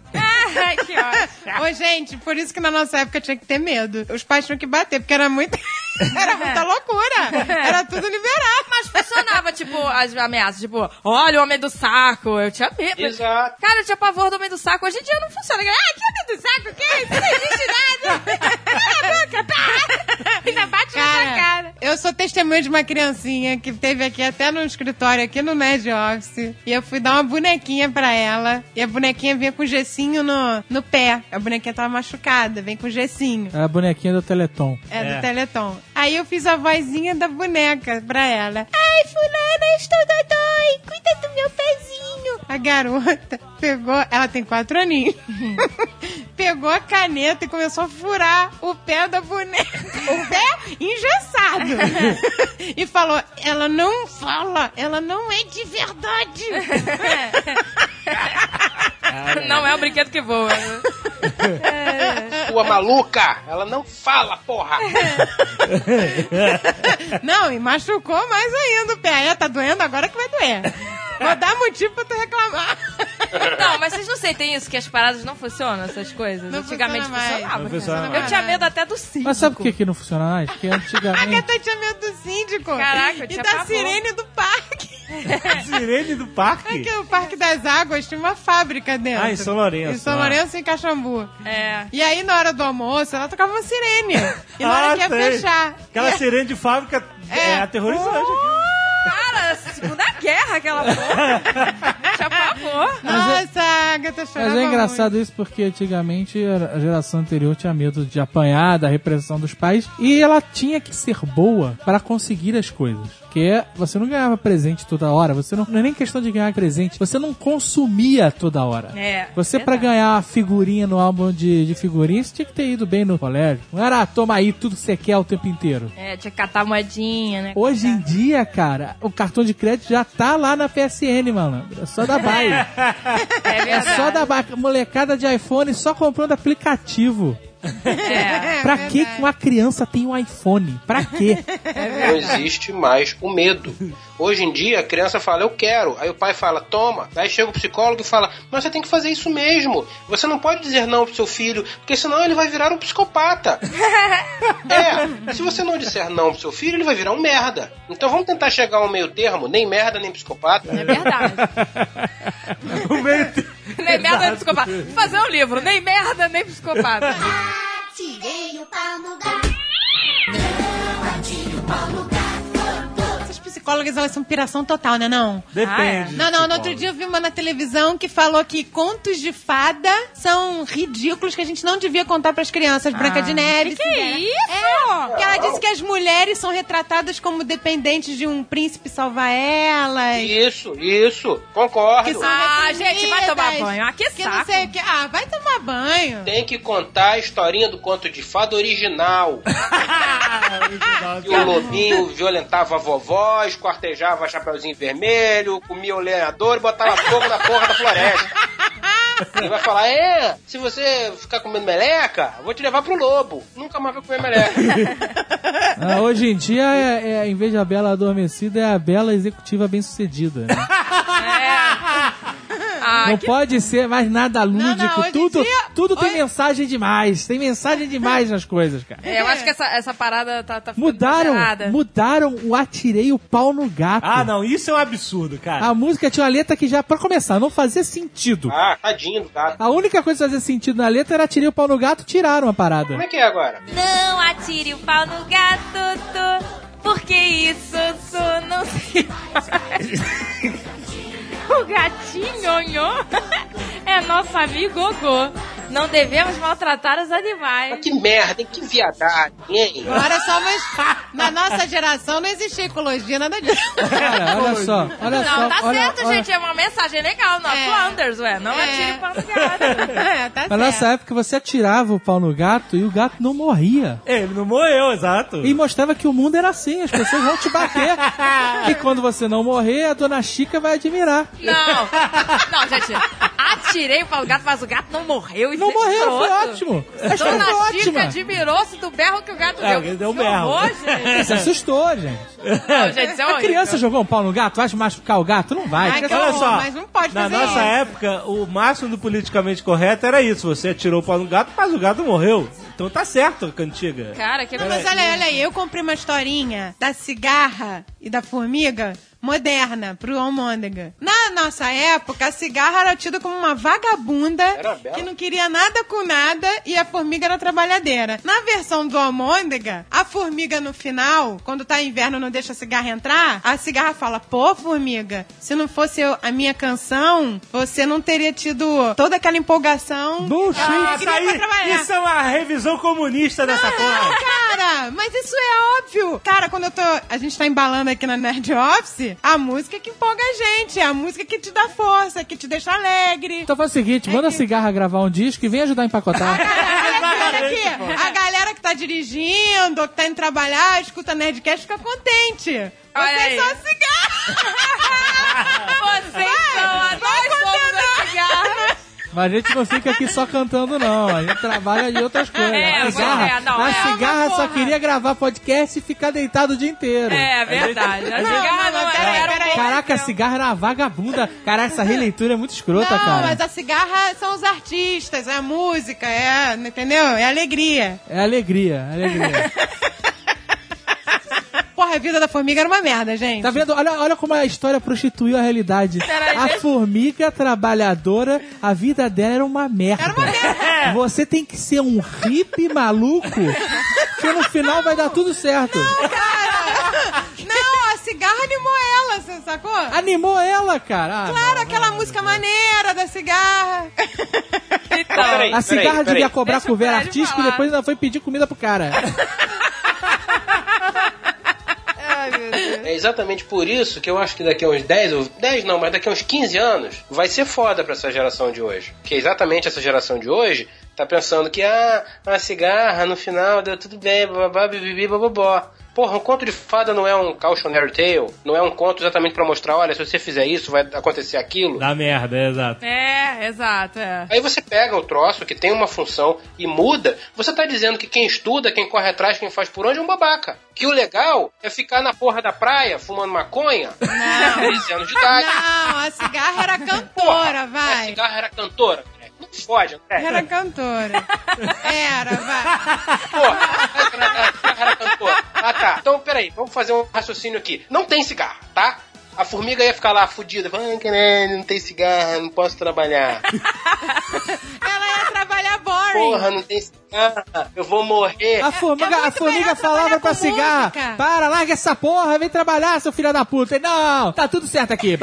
Ai, que ótimo.
Ô, gente, por isso que na nossa época tinha que ter medo. Os pais tinham que bater, porque era muito. era muita loucura. Era tudo liberado.
Mas funcionava, tipo, as ameaças. Tipo, olha o Homem do Saco. Eu tinha medo.
Exato.
Cara, eu tinha pavor do Homem do Saco. Hoje em dia não funciona. Ai, que Homem do Saco? O que? Isso não existe nada. Cala a boca, pá. Ainda bate na
Cara,
sua cara.
eu sou testemunha de uma criancinha que teve aqui até no escritório, aqui no Nerd Office. E eu fui dar uma bonequinha pra ela. E a bonequinha vinha com gessinho no, no pé. A bonequinha tava machucada, vem com gessinho.
Era É a bonequinha do Teleton.
É,
É.
do Teleton. Aí eu fiz a vozinha da boneca pra ela. Ai, Ai, fulana, estou dodói. Cuida do meu pezinho. A garota pegou... Ela tem quatro aninhos. pegou a caneta e começou a furar o pé da boneca. O pé engessado. e falou, ela não fala. Ela não é de verdade.
Não é um brinquedo que voa. né?
Tua maluca! Ela não fala, porra!
Não, e machucou mais ainda o pé. É, tá doendo agora que vai doer. Vou dar motivo pra tu reclamar.
Não, mas vocês não sentem isso, que as paradas não funcionam, essas coisas?
Não
Antigamente
funciona mais.
funcionava. né?
Não funciona
Eu
mais.
tinha medo até do cinco.
Mas sabe por que, que não funciona mais? Porque
A
antigamente.
Gata tinha medo do síndico.
Caraca, eu
E
tinha
da
pavor.
sirene do parque.
Sirene do parque?
Aqui no Parque das Águas tinha uma fábrica dentro.
Ah, em São Lourenço,
Em São
ah.
Lourenço e em Caxambu.
É.
E aí, na hora do almoço, ela tocava uma sirene. E na hora
Ah,
que ia
sei.
fechar.
Aquela
E-
sirene de fábrica é,
É.
aterrorizante. aqui.
Cara, segunda guerra aquela porra. Tinha pavor.
Nossa, a Gata chorava
Mas é
muito.
engraçado isso porque antigamente a geração anterior tinha medo de apanhar da repressão dos pais e ela tinha que ser boa para conseguir as coisas. Porque você não ganhava presente toda hora, você não, não é nem questão de ganhar presente, você não consumia toda hora.
É,
você, pra
verdade.
ganhar figurinha no álbum de, de figurinha, você tinha que ter ido bem no colégio. Não era toma aí tudo que você quer o tempo inteiro.
É, tinha que catar a moedinha, né?
Hoje em dia, cara, o cartão de crédito já tá lá na PSN, malandro. É só da baile.
É
É
verdade.
só da ba- molecada de iPhone só comprando aplicativo.
É.
É
pra que
verdade.
uma criança tem um iPhone? Pra quê?
É
Não existe mais o medo. Hoje em dia, a criança fala, eu quero. Aí o pai fala, toma. Aí chega o psicólogo e fala, mas você tem que fazer isso mesmo. Você não pode dizer não pro seu filho, porque senão ele vai virar um psicopata. é, se você não disser não pro seu filho, ele vai virar um merda. Então vamos tentar chegar ao meio termo, nem merda, nem psicopata.
É verdade.
Oh.
O meio
Ah,
te-
Nem merda, nem psicopata. Fazer um livro. Nem merda, nem psicopata.
Ah,
Atirei o pau no gato. Não atire o pau no gato.
Essas psicólogas, elas são piração total, né não?
Ah, é.
Depende.
Não, não, no
Tipo,
outro dia eu vi uma na televisão que falou que contos de fada são ridículos que a gente não devia contar pras crianças. Branca
Ah.
de Neve.
que é
Cinderela.
isso?
É, porque ela disse que as mulheres são retratadas como dependentes de um príncipe salvar elas.
Isso, isso, concordo.
Que são
Ah,
reprimidas,
gente, vai tomar banho. Ah, que
não
saco.
sei o que. Ah, vai tomar banho.
Tem que contar a historinha do conto de fada original. que o lobinho violentava vovó, esquartejava Chapeuzinho Vermelho, comia o lenhador e botava fogo na porra da floresta. E vai falar, é, se você ficar comendo meleca, eu vou te levar pro lobo. Nunca mais vai comer meleca.
Ah, hoje em dia, é, é, em vez de a bela adormecida, é a bela executiva bem-sucedida. né? É.
Ah,
Não pode ser mais nada lúdico.
Não, não, hoje em
tudo
dia-
tudo tem
hoje-
mensagem demais. Tem mensagem demais nas coisas, cara.
é, eu acho que essa, essa parada tá, tá ficando
Mudaram,
exagerada.
mudaram o atirei o pau no gato.
Ah, não, isso é um absurdo, cara.
A música tinha uma letra que já, pra começar, não fazia sentido.
Ah, tadinho do gato.
A única coisa que fazia sentido na letra era atirei o pau no gato, tiraram a parada.
Como é que é agora?
Não atire o pau no gato, tu, porque isso tu não se O gatinho nhô, é nosso amigo Gogô. Não devemos maltratar os
Mas
É.
animais.
que merda, hein? que viadagem, hein?
Agora só, mas na nossa geração não existia ecologia, nada disso.
Cara, olha só, olha só.
Não, tá
olha-
certo,
olha-
gente. É uma mensagem legal. Não
É.
Flanders, ué. Não
É.
atire o pau no gato.
é, tá
Na nossa época, você atirava o pau no gato e o gato não morria.
Ele não morreu, exato.
E mostrava que o mundo era assim, as pessoas vão te bater. e quando você não morrer, a dona Chica vai admirar.
Não. Não, gente. Atirei o pau no gato, mas o gato não morreu. E
Não morreu, foi
pronto.
ótimo. A história
Dona
foi
Chica
ótima.
admirou-se do berro que o gato
É,
deu.
ele
um
deu
Que
berro.
horror, gente.
Se assustou, gente.
Não, gente, isso é
É. A
horrível.
criança jogou um pau no gato, vai machucar o gato? Não vai.
Ai,
Criança-
que
Olha
horror,
só,
mas não pode
na
fazer
nossa
isso.
época, o máximo do politicamente correto era isso. Você atirou o pau no gato, mas o gato morreu. Então tá certo a cantiga.
Cara, que
Não, mas olha, olha aí, eu comprei uma historinha da cigarra e da formiga moderna pro Almôndega. Na nossa época, a cigarra era tida como uma vagabunda
Era bela.
que não queria nada com nada e a formiga era trabalhadeira. Na versão do Almôndega, a formiga no final, quando tá inverno e não deixa a cigarra entrar, a cigarra fala, pô, formiga, se não fosse eu- a minha canção, você não teria tido toda aquela empolgação.
Bullshit.
que
Isso
ela queria pra
aí,
trabalhar.
isso é uma revisão comunista dessa porra.
Cara, Cara, mas isso é óbvio. Cara, quando eu tô. A gente tá embalando aqui na Nerd Office, a música que empolga a gente, é a música que te dá força, que te deixa alegre.
Então faz o seguinte, manda a cigarra gravar um disco e vem ajudar a
Ah,
empacotar.
Olha aqui, a galera que tá dirigindo, que tá indo trabalhar, escuta Nerdcast, fica contente.
Olha
Vocês
aí.
são cigarros!
Vocês são a
vai
nós somos a cigarra.
Mas a gente não fica aqui só cantando, não. A gente trabalha de outras coisas.
É,
a
pois
cigarra,
é, não,
a
é,
cigarra
mas
só
porra.
queria gravar podcast e ficar deitado o dia inteiro.
É, verdade. A
Não,
cigarra
não,
não
peraí,
era um
peraí.
pouco-
Caraca, a cigarra era uma vagabunda. Caraca, essa releitura é muito escrota,
Não,
cara.
mas a cigarra são os artistas, é a música, é, entendeu? É a alegria.
É alegria, alegria.
Porra, a vida da formiga era uma merda, gente.
Tá vendo? Olha, olha como a história prostituiu a realidade.
Peraí,
a
gente.
formiga trabalhadora, a vida dela era uma merda. Era uma merda. Você tem que ser um hippie maluco, que no final vai dar tudo certo.
Não, a cigarra animou ela, você sacou?
Animou ela, cara. Ah,
Claro,
não.
aquela música maneira da cigarra.
Mas peraí,
A cigarra
peraí,
devia
peraí.
cobrar
Deixa o
cover
cara de
artístico e
falar.
depois ainda foi pedir comida pro cara.
É exatamente por isso que eu acho que daqui a uns 10, ou 10 não, mas daqui a uns 15 anos, vai ser foda pra essa geração de hoje. Porque exatamente essa geração de hoje tá pensando que, ah, a cigarra no final deu tudo bem, bababá, bibibi, bababó. Porra, um conto de fada não é um cautionary tale? Não é um conto exatamente pra mostrar, olha, se você fizer isso, vai acontecer aquilo?
Da merda, é exato.
É, exato, é.
Aí você pega o troço que tem uma função e muda, você tá dizendo que quem estuda, quem corre atrás, quem faz por onde é um babaca. Que o legal é ficar na porra da praia fumando maconha com 13 anos de idade.
Não, a cigarra era
Porra,
é
cantora,
A
vai.
cigarra era cantora, André. Não fode, André.
Era cantora. Era, vai.
Porra, a cigarra- a cigarra era cantora. Ah, tá. Então, peraí, vamos fazer um raciocínio aqui. Não tem cigarra, tá? A formiga ia ficar lá fudida, falando, "Ah, né, não tem cigarra, não posso trabalhar.
Ela ia trabalhar boring.
Porra, não tem cigarra, eu vou morrer.
A formiga, a
muito
formiga
melhor
falava
trabalhar
pra
com
cigarra:
música.
Para, larga essa porra, vem trabalhar, seu filho da puta. E, não, tá tudo certo aqui.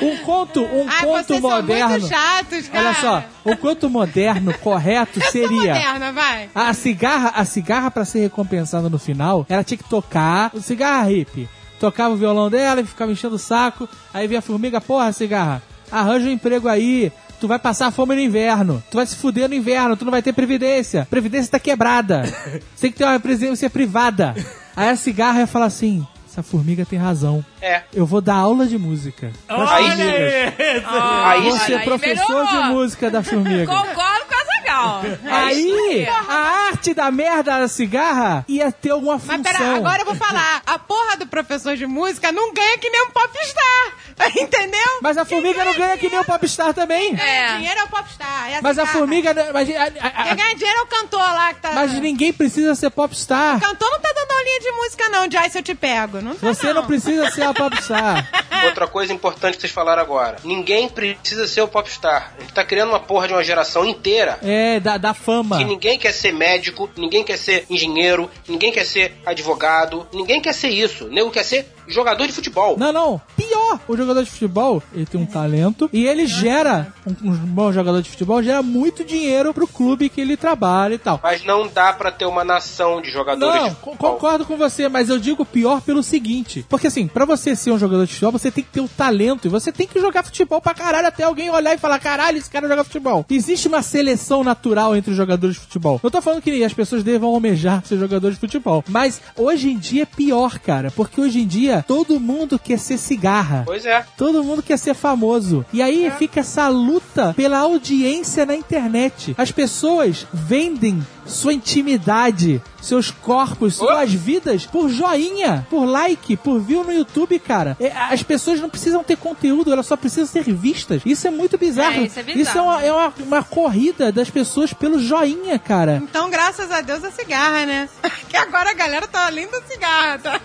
Um conto, um
Ai,
conto
vocês são
moderno.
muito chatos, cara.
Olha só, um conto moderno correto
Eu sou
seria.
moderna, vai.
A cigarra, a cigarra para ser recompensada no final, ela tinha que tocar o cigarra hippie. Tocava o violão dela e ficava enchendo o saco. Aí vinha a formiga, porra, cigarra, arranja um emprego aí. Tu vai passar fome no inverno. Tu vai se fuder no inverno. Tu não vai ter previdência. Previdência tá quebrada. Você tem que ter uma previdência privada. Aí a cigarra ia falar assim: essa formiga tem razão.
É.
Eu vou dar aula de música. pras
Olha
formigas.
aí!
Vou
Aí
Olha,
ser
aí
é professor
melhorou.
de música da formiga.
Concordo com a Zagal.
Aí, a arte da merda da cigarra ia ter alguma função.
Mas pera, agora eu vou falar. A porra do professor de música não ganha que nem um popstar. Entendeu?
Mas a formiga não ganha que nem o popstar também.
É.
É.
Dinheiro é o popstar. é a
Mas a
cigarra.
formiga... não- Mas, a- a- a-
Quem ganha dinheiro é o cantor lá que tá.
mas ninguém precisa ser
O
popstar.
cantor não tá dando aulinha de música, não, de ai se eu te pego. Não tá,
Você não precisa ser a popstar.
Outra coisa importante que vocês falaram agora: ninguém precisa ser o popstar. A gente tá criando uma porra de uma geração inteira
É, da, da fama.
que ninguém quer ser médico, ninguém quer ser engenheiro, ninguém quer ser advogado, ninguém quer ser isso. O nego quer ser jogador de futebol.
Não, não. Pior. O jogador de futebol, ele tem um talento e ele gera, um, um bom jogador de futebol, gera muito dinheiro pro clube que ele trabalha e tal.
Mas não dá pra ter uma nação de jogadores
Não,
de
co-
futebol.
concordo com você, mas eu digo pior pelo seguinte. Porque assim, pra você ser um jogador de futebol, você tem que ter o talento e você tem que jogar futebol pra caralho até alguém olhar e falar, caralho, esse cara joga futebol. Existe uma seleção natural entre os jogadores de futebol. Eu tô falando que as pessoas devam almejar ser jogadores de futebol. Mas hoje em dia é pior, cara. Porque hoje em dia todo mundo quer ser cigarra.
Pois é.
Todo mundo quer ser famoso. E aí fica essa luta pela audiência na internet. As pessoas vendem sua intimidade, seus corpos, suas vidas por joinha, por like, por view no YouTube, cara. É, As pessoas não precisam ter conteúdo, elas só precisam ser vistas. Isso é muito bizarro.
É, isso é bizarro.
uma, é uma- uma corrida das pessoas pelo joinha, cara.
Então, graças graças a Deus, a cigarra, né? Que agora a galera tá além da cigarra, tá?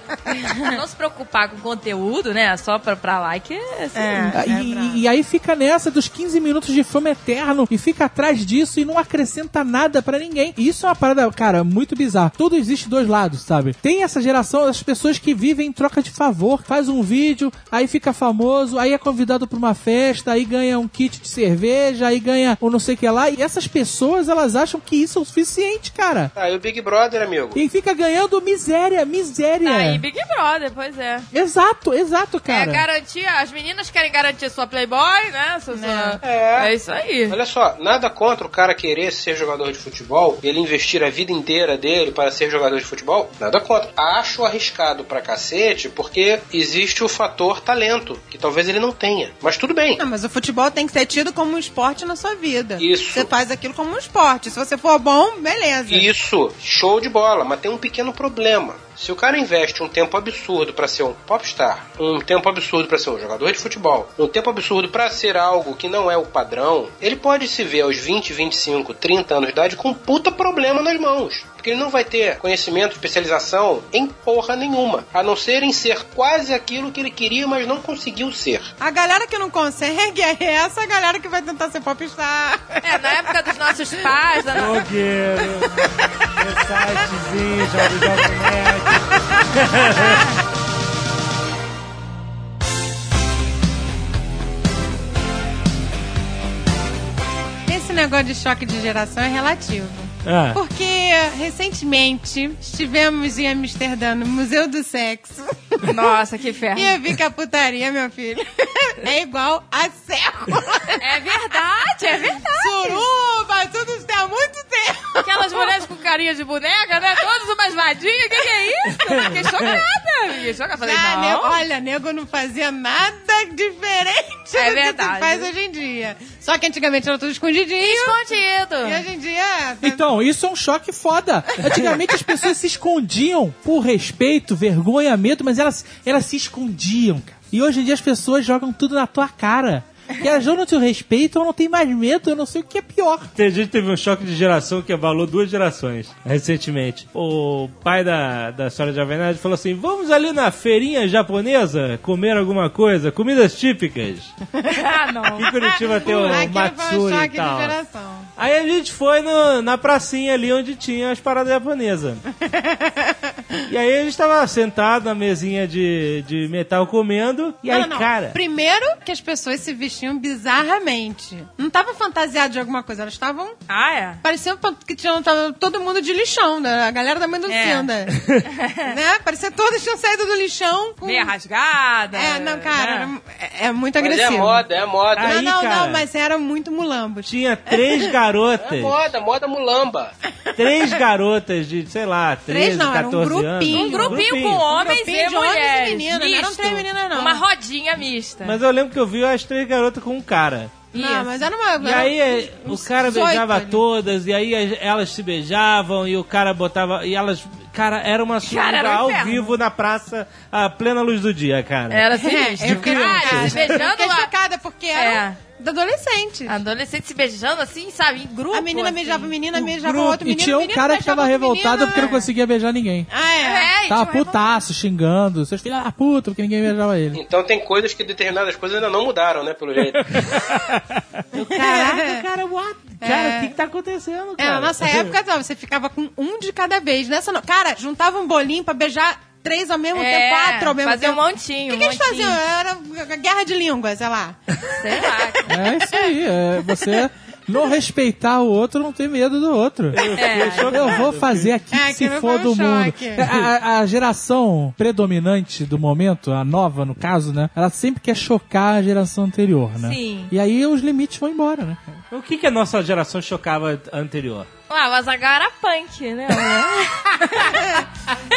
Não se preocupar com conteúdo, né? Só pra, pra like. Assim,
Ah, e, e aí fica nessa dos 15 minutos de fama eterno e fica atrás disso e não acrescenta nada pra ninguém. E isso é uma parada, cara, muito bizarra. Tudo existe dois lados, sabe? Tem essa geração das pessoas que vivem em troca de favor, faz um vídeo, aí fica famoso, aí é convidado pra uma festa, aí ganha um kit de cerveja, aí ganha o não sei o que lá. E essas pessoas, elas acham que isso é o suficiente, cara.
Tá, e o Big Brother, amigo?
E fica ganhando miséria, miséria.
Tá aí, Big Brother, pois é.
Exato, exato,
É
cara.
garantir, as meninas querem garantir sua Playboy, né? Sua, sua-
É.
É. isso aí.
Olha só, nada contra o cara querer ser jogador de futebol, ele investir a vida inteira dele para ser jogador de futebol, nada contra. Acho arriscado pra cacete, porque existe o fator talento, que talvez ele não tenha. Mas tudo bem.
Não, mas o futebol tem que ser tido como um esporte na sua vida.
Isso.
Você faz aquilo como um esporte. Se você for bom, beleza.
Isso, show de bola, mas tem um pequeno problema. Se o cara investe um tempo absurdo pra ser um popstar, um tempo absurdo pra ser um jogador de futebol, um tempo absurdo pra ser algo que não é o padrão, ele pode se ver aos 20, 25, 30 anos de idade com um puta problema nas mãos. Porque ele não vai ter conhecimento, especialização em porra nenhuma, a não ser em ser quase aquilo que ele queria, mas não conseguiu ser.
A galera que não consegue é essa galera que vai tentar ser popstar.
É, na época dos nossos pais, né? da nossa
Blogueiro. sitezinho, jovem, jovem nerd.
Esse negócio de choque de geração é relativo.
Ah.
Porque recentemente estivemos em Amsterdã, no Museu do Sexo.
Nossa, que
E
ferro.
eu vi que a putaria, meu filho, é igual a século.
É verdade, é verdade.
Suruba, tudo isso tem há muito tempo.
Aquelas mulheres com carinha de boneca, né? Todas umas vadias, o que, que é isso? Eu Fiquei chocada. Fiquei chocada. Falei,
Ah, nego,
não.
olha, nego não fazia nada diferente
É
do que
verdade.
se faz hoje em dia. Só que antigamente era tudo escondidinho. E
Escondido.
hoje em dia... tá-
Então, isso é um choque foda. Antigamente as pessoas se escondiam por respeito, vergonha, medo, mas elas, elas se escondiam, cara. E hoje em dia as pessoas jogam tudo na tua cara. E elas ou não te respeitam, ou não tem mais medo, eu não sei o que é pior.
Tem gente que teve um choque de geração que abalou duas gerações recentemente. O pai da, da senhora de Avenade falou assim: vamos ali na feirinha japonesa comer alguma coisa, comidas típicas.
Ah, não.
Em Curitiba tem o
Aquilo foi um
Matsuri e
choque de
tal.
geração.
Aí a gente foi no- na pracinha ali onde tinha as paradas japonesas. e aí a gente tava sentado na mesinha de, de metal comendo. E aí,
não, não.
cara.
Primeiro que as pessoas se vestiam bizarramente. Não estavam fantasiadas de alguma coisa, elas estavam.
Ah, é?
Pareciam um que tinham tava todo mundo de lixão, né? A galera da Mendocina. né? Parecia que todos tinham saído do lixão. Com...
Meia rasgada.
Um- É, não, cara,
né?
era- é, é muito
Mas é
agressivo.
moda, é moda.
Aí,
não, não,
cara.
não, mas era muito mulambos.
Tinha três
É
garotas.
moda, moda mulamba.
três garotas de, sei lá, 13,
Três não, era um
14
grupinho.
anos.
Um grupinho, com homens
grupinho
e
de homens e
mulheres.
meninas, né? não eram
misto.
três meninas, não.
Uma rodinha mista.
Mas eu lembro que eu vi as três garotas com um cara.
Isso.
Não, mas era um- uma.
E aí eh, o cara beijava
tudo.
todas, e aí as- elas se beijavam, e o cara botava. E elas. Cara, era uma
Cara, era
suruba
um
ao
inferno.
vivo na praça, à plena luz do dia, cara.
Era
É,
sinistro.
eu fiquei
Cara, se
chocada. Eu
beijando
fiquei
lá.
chocada porque era da adolescente.
Adolescente se beijando assim, sabe? Em grupo.
A menina
assim.
beijava a menina, beijava
Grupo.
outro
e
menino.
tinha um
menino
cara que
beijava
tava
outro
revoltado
menino,
porque não
é.
conseguia beijar ninguém.
Ah, é.
É, e
Tava
tinha uma
putaço, xingando, seus filhos da puta, porque ninguém beijava ele.
Então tem coisas que determinadas coisas ainda não mudaram, né, pelo jeito.
É.
Caraca,
cara, what?
Cara, o que
tá acontecendo,
É, na nossa época, não, você ficava com um de cada vez. Nessa não. Cara, juntava um bolinho pra beijar três ao mesmo
É,
tempo, quatro ao mesmo
fazia
tempo.
um
O
montinho,
que, que eles
um montinho.
faziam? Era guerra de línguas, sei lá.
Sei lá.
É isso aí, é você não respeitar o outro, não ter medo do outro.
É.
Eu vou fazer aqui
É,
que se
aquilo
for
foi um
do mundo.
choque.
A, a- a geração predominante do momento, a nova no caso, né? Ela sempre quer chocar a geração anterior, né?
Sim.
E aí os limites vão embora, né?
O que, que a nossa geração chocava a anterior?
Ué, Ah, o Azaghal era punk, né?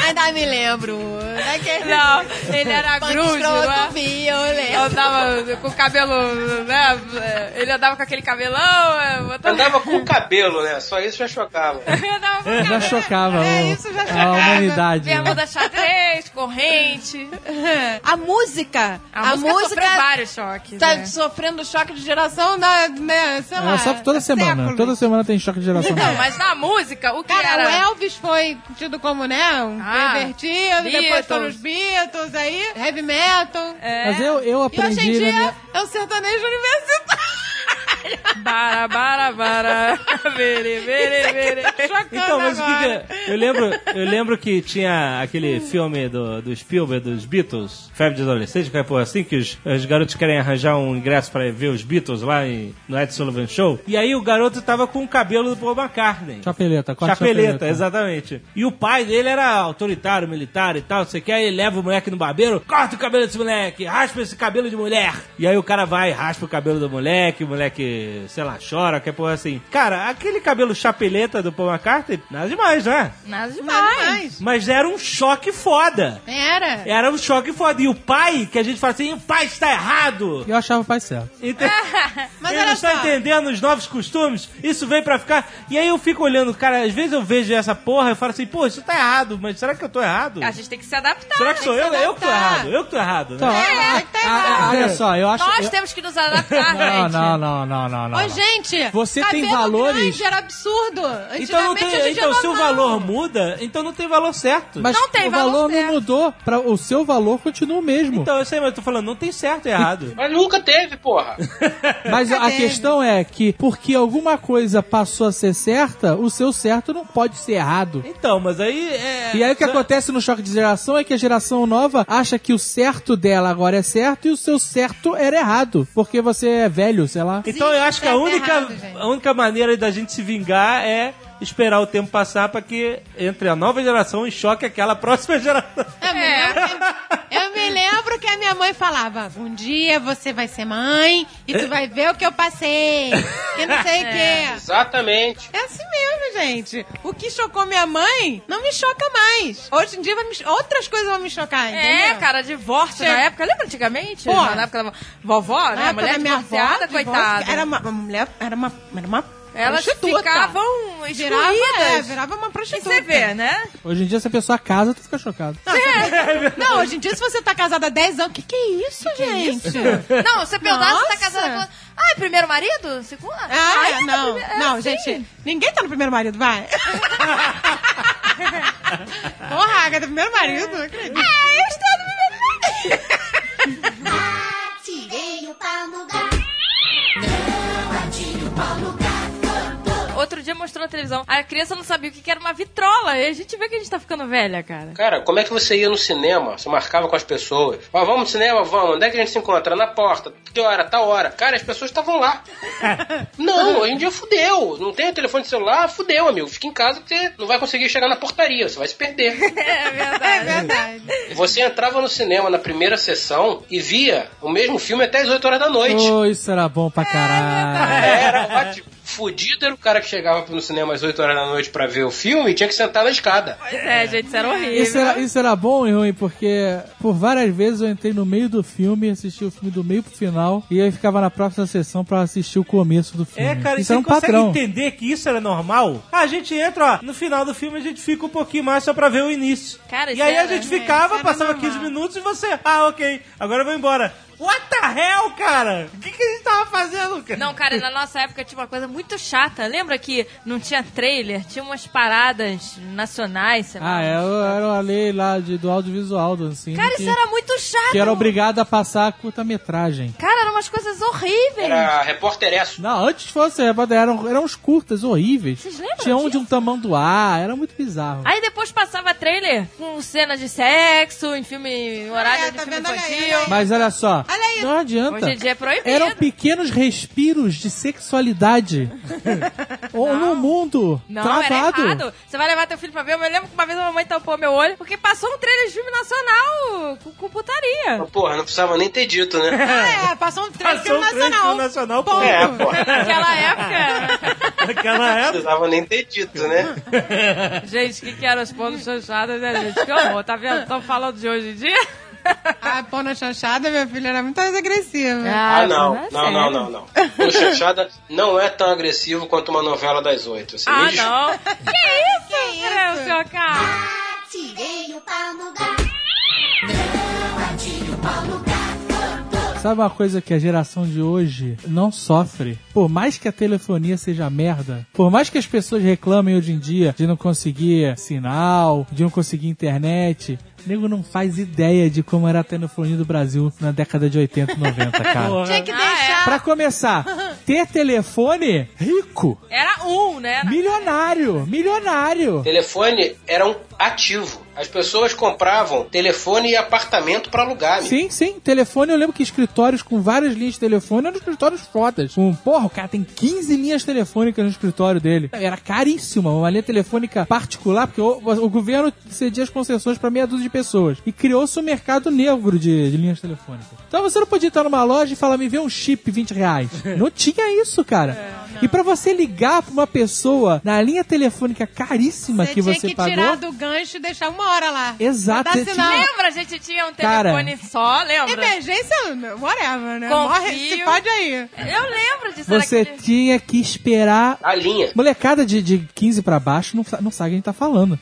Ainda me lembro. Daquele
não, ele era grunge, né?
violento.
Andava com o cabelo, né? Ele andava com aquele cabelão, é, botava...
Andava com o cabelo, né? Só isso já chocava.
andava com
Já chocava
É,
o-
isso já
a
chocava.
humanidade. né?
bermuda xadrez, corrente.
A música.
A, música, sofreu vários choques,
tá
né?
sofrendo choque de geração, da, né? Sei lá.
É, só toda
há
semana.
séculos.
Toda semana tem choque de geração.
Então,
mas na música, o que
Cara,
era?
o Elvis foi tido como, né, um
Ah,
pervertido,
Beatles.
depois foram os Beatles, aí heavy metal.
É.
Mas eu, eu
E hoje
aprendi
em
na
dia
minha-
é o sertanejo universitário.
Bara, bara, bara. Vere, vere, vere.
Chocando
Então, mas o que
agora.
que é? Eu lembro, eu lembro que tinha aquele filme do, do Spielberg, dos Beatles, Febre de Adolescente, que é porra assim, que os, os garotos querem arranjar um ingresso pra ver os Beatles lá em, no Ed Sullivan Show. E aí o garoto tava com o cabelo do Paul McCartney.
Chapeleta, corte
Chapeleta,
chapeleta.
exatamente. E o pai dele era autoritário, militar e tal, você quer, aí ele leva o moleque no barbeiro, corta o cabelo desse moleque, raspa esse cabelo de mulher. E aí o cara vai, raspa o cabelo do moleque, o moleque, sei lá, chora, que porra assim. Cara, aquele cabelo chapeleta do Paul McCartney, nada demais, né?
Nada
Nada
demais.
mais.
Mas era um choque foda.
Era.
Era um choque foda. E o pai, que a gente fala assim, o pai está errado. Então,
E eu achava o pai certo.
Ente-
Mas
Ele
olha
não está
só.
entendendo os novos costumes, isso vem pra ficar. E aí eu fico olhando, cara, às vezes eu vejo essa porra e falo assim, pô, isso tá errado, mas será que eu tô errado?
A gente tá, tem que se adaptar.
será que sou eu? Eu que tô
adaptar.
errado, eu que tô errado,
Então,
né?
É, é, tá
a- a-
errado.
olha só, eu acho.
Nós
eu-
temos que nos adaptar,
Não,
gente.
não, não, não, não, não.
Ô,
não.
gente,
Você tem
cabelo
valores?
grande era absurdo.
Então, não
Antigamente a
tem,
gente
então
é
se o
normal.
valor muda, então não tem valor certo.
Mas
Não tem
o valor,
valor
não
certo.
mudou. Pra, o seu valor continua o mesmo.
Então, eu sei, mas eu tô falando, não tem certo e errado.
Mas nunca teve, porra.
Mas a
Cadê?
questão é que, porque alguma coisa passou a ser certa, o seu certo não pode ser errado.
Então, mas aí é.
E aí o que acontece no choque de geração é que a geração nova acha que o certo dela agora é certo e o seu certo era errado. Porque você é velho, sei lá.
Então
Sim,
eu acho que a
certo e
única,
errado, gente.
a única maneira da gente se vingar é esperar o tempo passar pra que entre a nova geração em choque aquela próxima geração.
Eu me, lembro, eu me lembro que a minha mãe falava: Um dia você vai ser mãe e tu vai ver o que eu passei. Que não sei o quê.
Exatamente.
É assim mesmo, gente. O que chocou minha mãe não me choca mais. Hoje em dia vai me cho- outras coisas vão me chocar,
É,
entendeu?
cara, divórcio
Chega.
na época. Lembra antigamente?
Porra.
Na época da vovó,
Na
né? A
época da
mulher divorciada,
divórcio,
coitada.
Era uma, uma mulher, era uma, era uma
Elas
prostituta.
ficavam
virava, é,
excluídas.
virava uma
E
prostituta.
você vê, né?
Hoje em dia, se a pessoa casa, tu fica chocado.
Não, você- não, hoje em dia, se você tá casada há 10 anos, que que é isso, gente?
Não, você perguntar se tá
Nossa.
casada com... Ai, primeiro marido? Segundo?
Ah,
Ai,
não.
primeiro- é
não,
assim.
gente, ninguém tá no primeiro marido, vai. Porra, Agatha, é primeiro marido, não acredito.
Ah, eu estou no primeiro marido.
Atirei o pau no gato. Não atire o pau no gato, cantor.
Outro dia mostrou na televisão. A criança não sabia o que que era uma vitrola. E a gente vê que a gente tá ficando velha, cara.
Cara, como é que você ia no cinema? Você marcava com as pessoas. Ó, vamos no cinema? Vamos. Onde é que a gente se encontra? Na porta. Que hora? Tal hora. Cara, as pessoas estavam lá. não, hoje em dia fudeu. Não tem o telefone celular? Fudeu, amigo. Fica em casa que você não vai conseguir chegar na portaria. Você vai se perder.
É
É
verdade.
verdade.
você entrava no cinema na primeira sessão e via o mesmo filme até as 8 horas da noite.
Oh, isso era bom
É,
pra caralho.
Era ótimo. Fudido era o cara que chegava no cinema às 8 horas da noite pra ver o filme e tinha que sentar na escada.
Pois é, gente, isso era horrível.
Isso era, isso era bom e ruim, porque por várias vezes eu entrei no meio do filme, assisti o filme do meio pro final, e aí ficava na próxima sessão pra assistir o começo do filme.
É, cara, e
isso
você
era um
consegue
padrão.
entender que isso era normal? Ah, a gente entra, ó, no final do filme a gente fica um pouquinho mais só pra ver o início.
Cara,
e
isso
aí a
era,
gente
né?
ficava,
Isso era
passava
normal.
15 minutos e você, ah, ok, agora eu vou embora. What the hell, cara? O que, que a gente tava fazendo, cara?
Não, cara, na nossa época tinha uma coisa muito chata. Lembra que não tinha trailer? Tinha umas paradas nacionais, sei lá.
Ah, é, era a lei lá de, do audiovisual do assim.
Cara,
que,
isso era muito chato.
que era obrigado a passar a curta-metragem.
Cara, eram umas coisas horríveis.
Era repórter Esso.
Não, antes fosse, é, eram, eram uns curtas horríveis.
Vocês lembram
Tinha um de um tamanduá, era muito bizarro.
Aí depois passava trailer com cenas de sexo, em filme, em horário
É,
de
tá
filme
vendo? Olha aí,
infantil.
olha aí.
Mas olha só,
Olha aí.
não adianta.
Hoje em dia é proibido.
Eram pequenos respiros de sexualidade. Ou no mundo
Não,
travado.
era errado. Você vai levar teu filho pra ver. Eu me lembro que uma vez a mamãe tampou meu olho porque passou um trailer de filme nacional com, com putaria.
Porra, não precisava nem ter dito, né?
Ah, é, passou um trem
Passou um trem
nacional.
filme nacional, pô.
Ponto.
É, porra.
Naquela época.
Naquela
Não
época.
precisava nem ter dito, né?
gente, o que, que eram os pontos chanchadas, né, gente? Que horror. Tá vendo? Estão falando de hoje em dia?
A pona chanchada, meu filho, era muito mais agressiva.
É,
Ah, não. Não, não, não, não. O Chanchada não é tão agressivo quanto uma novela das oito. Assim, me
Ah,
desculpa.
não. que isso,
Que
é,
isso?
senhor K?
Atirei o pau no gato. Não atire o pau no gato, cantor.
Sabe uma coisa que a geração de hoje não sofre? Por mais que a telefonia seja merda, por mais que as pessoas reclamem hoje em dia de não conseguir sinal, de não conseguir internet, nego não faz ideia de como era a telefonia do Brasil na década de 80 e 90, cara.
Tinha que
Ah,
deixar.
Pra começar, ter telefone rico,
Era um, né? Era-
milionário, milionário.
Telefone era um ativo. As pessoas compravam telefone e apartamento pra alugar. amigo.
Sim, sim. Telefone, eu lembro que escritórios com várias linhas de telefone eram escritórios fodas. Um, porra, o cara tem 15 linhas telefônicas no escritório dele. Era caríssima, uma linha telefônica particular, porque o, o governo cedia as concessões pra meia dúzia de pessoas. E criou-se um mercado negro de, de linhas telefônicas. Então você não podia estar numa loja e falar, me vê um chip 20 reais. não tinha isso, cara.
É,
E pra você ligar pra uma pessoa na linha telefônica caríssima
Você
que
tinha
você
que
pagou.
tirar do gancho e deixar uma hora lá.
Exato,
Não
você
dá sinal. É
tinha-
Lembra? A gente tinha um
Cara.
telefone só, lembra?
Emergência, whatever, né?
Confio.
Morre, se pode aí.
Eu lembro disso. era
Você
aquele-
tinha que esperar
A linha.
Molecada de, de 15 pra baixo não, sa- não sabe o que a gente tá falando.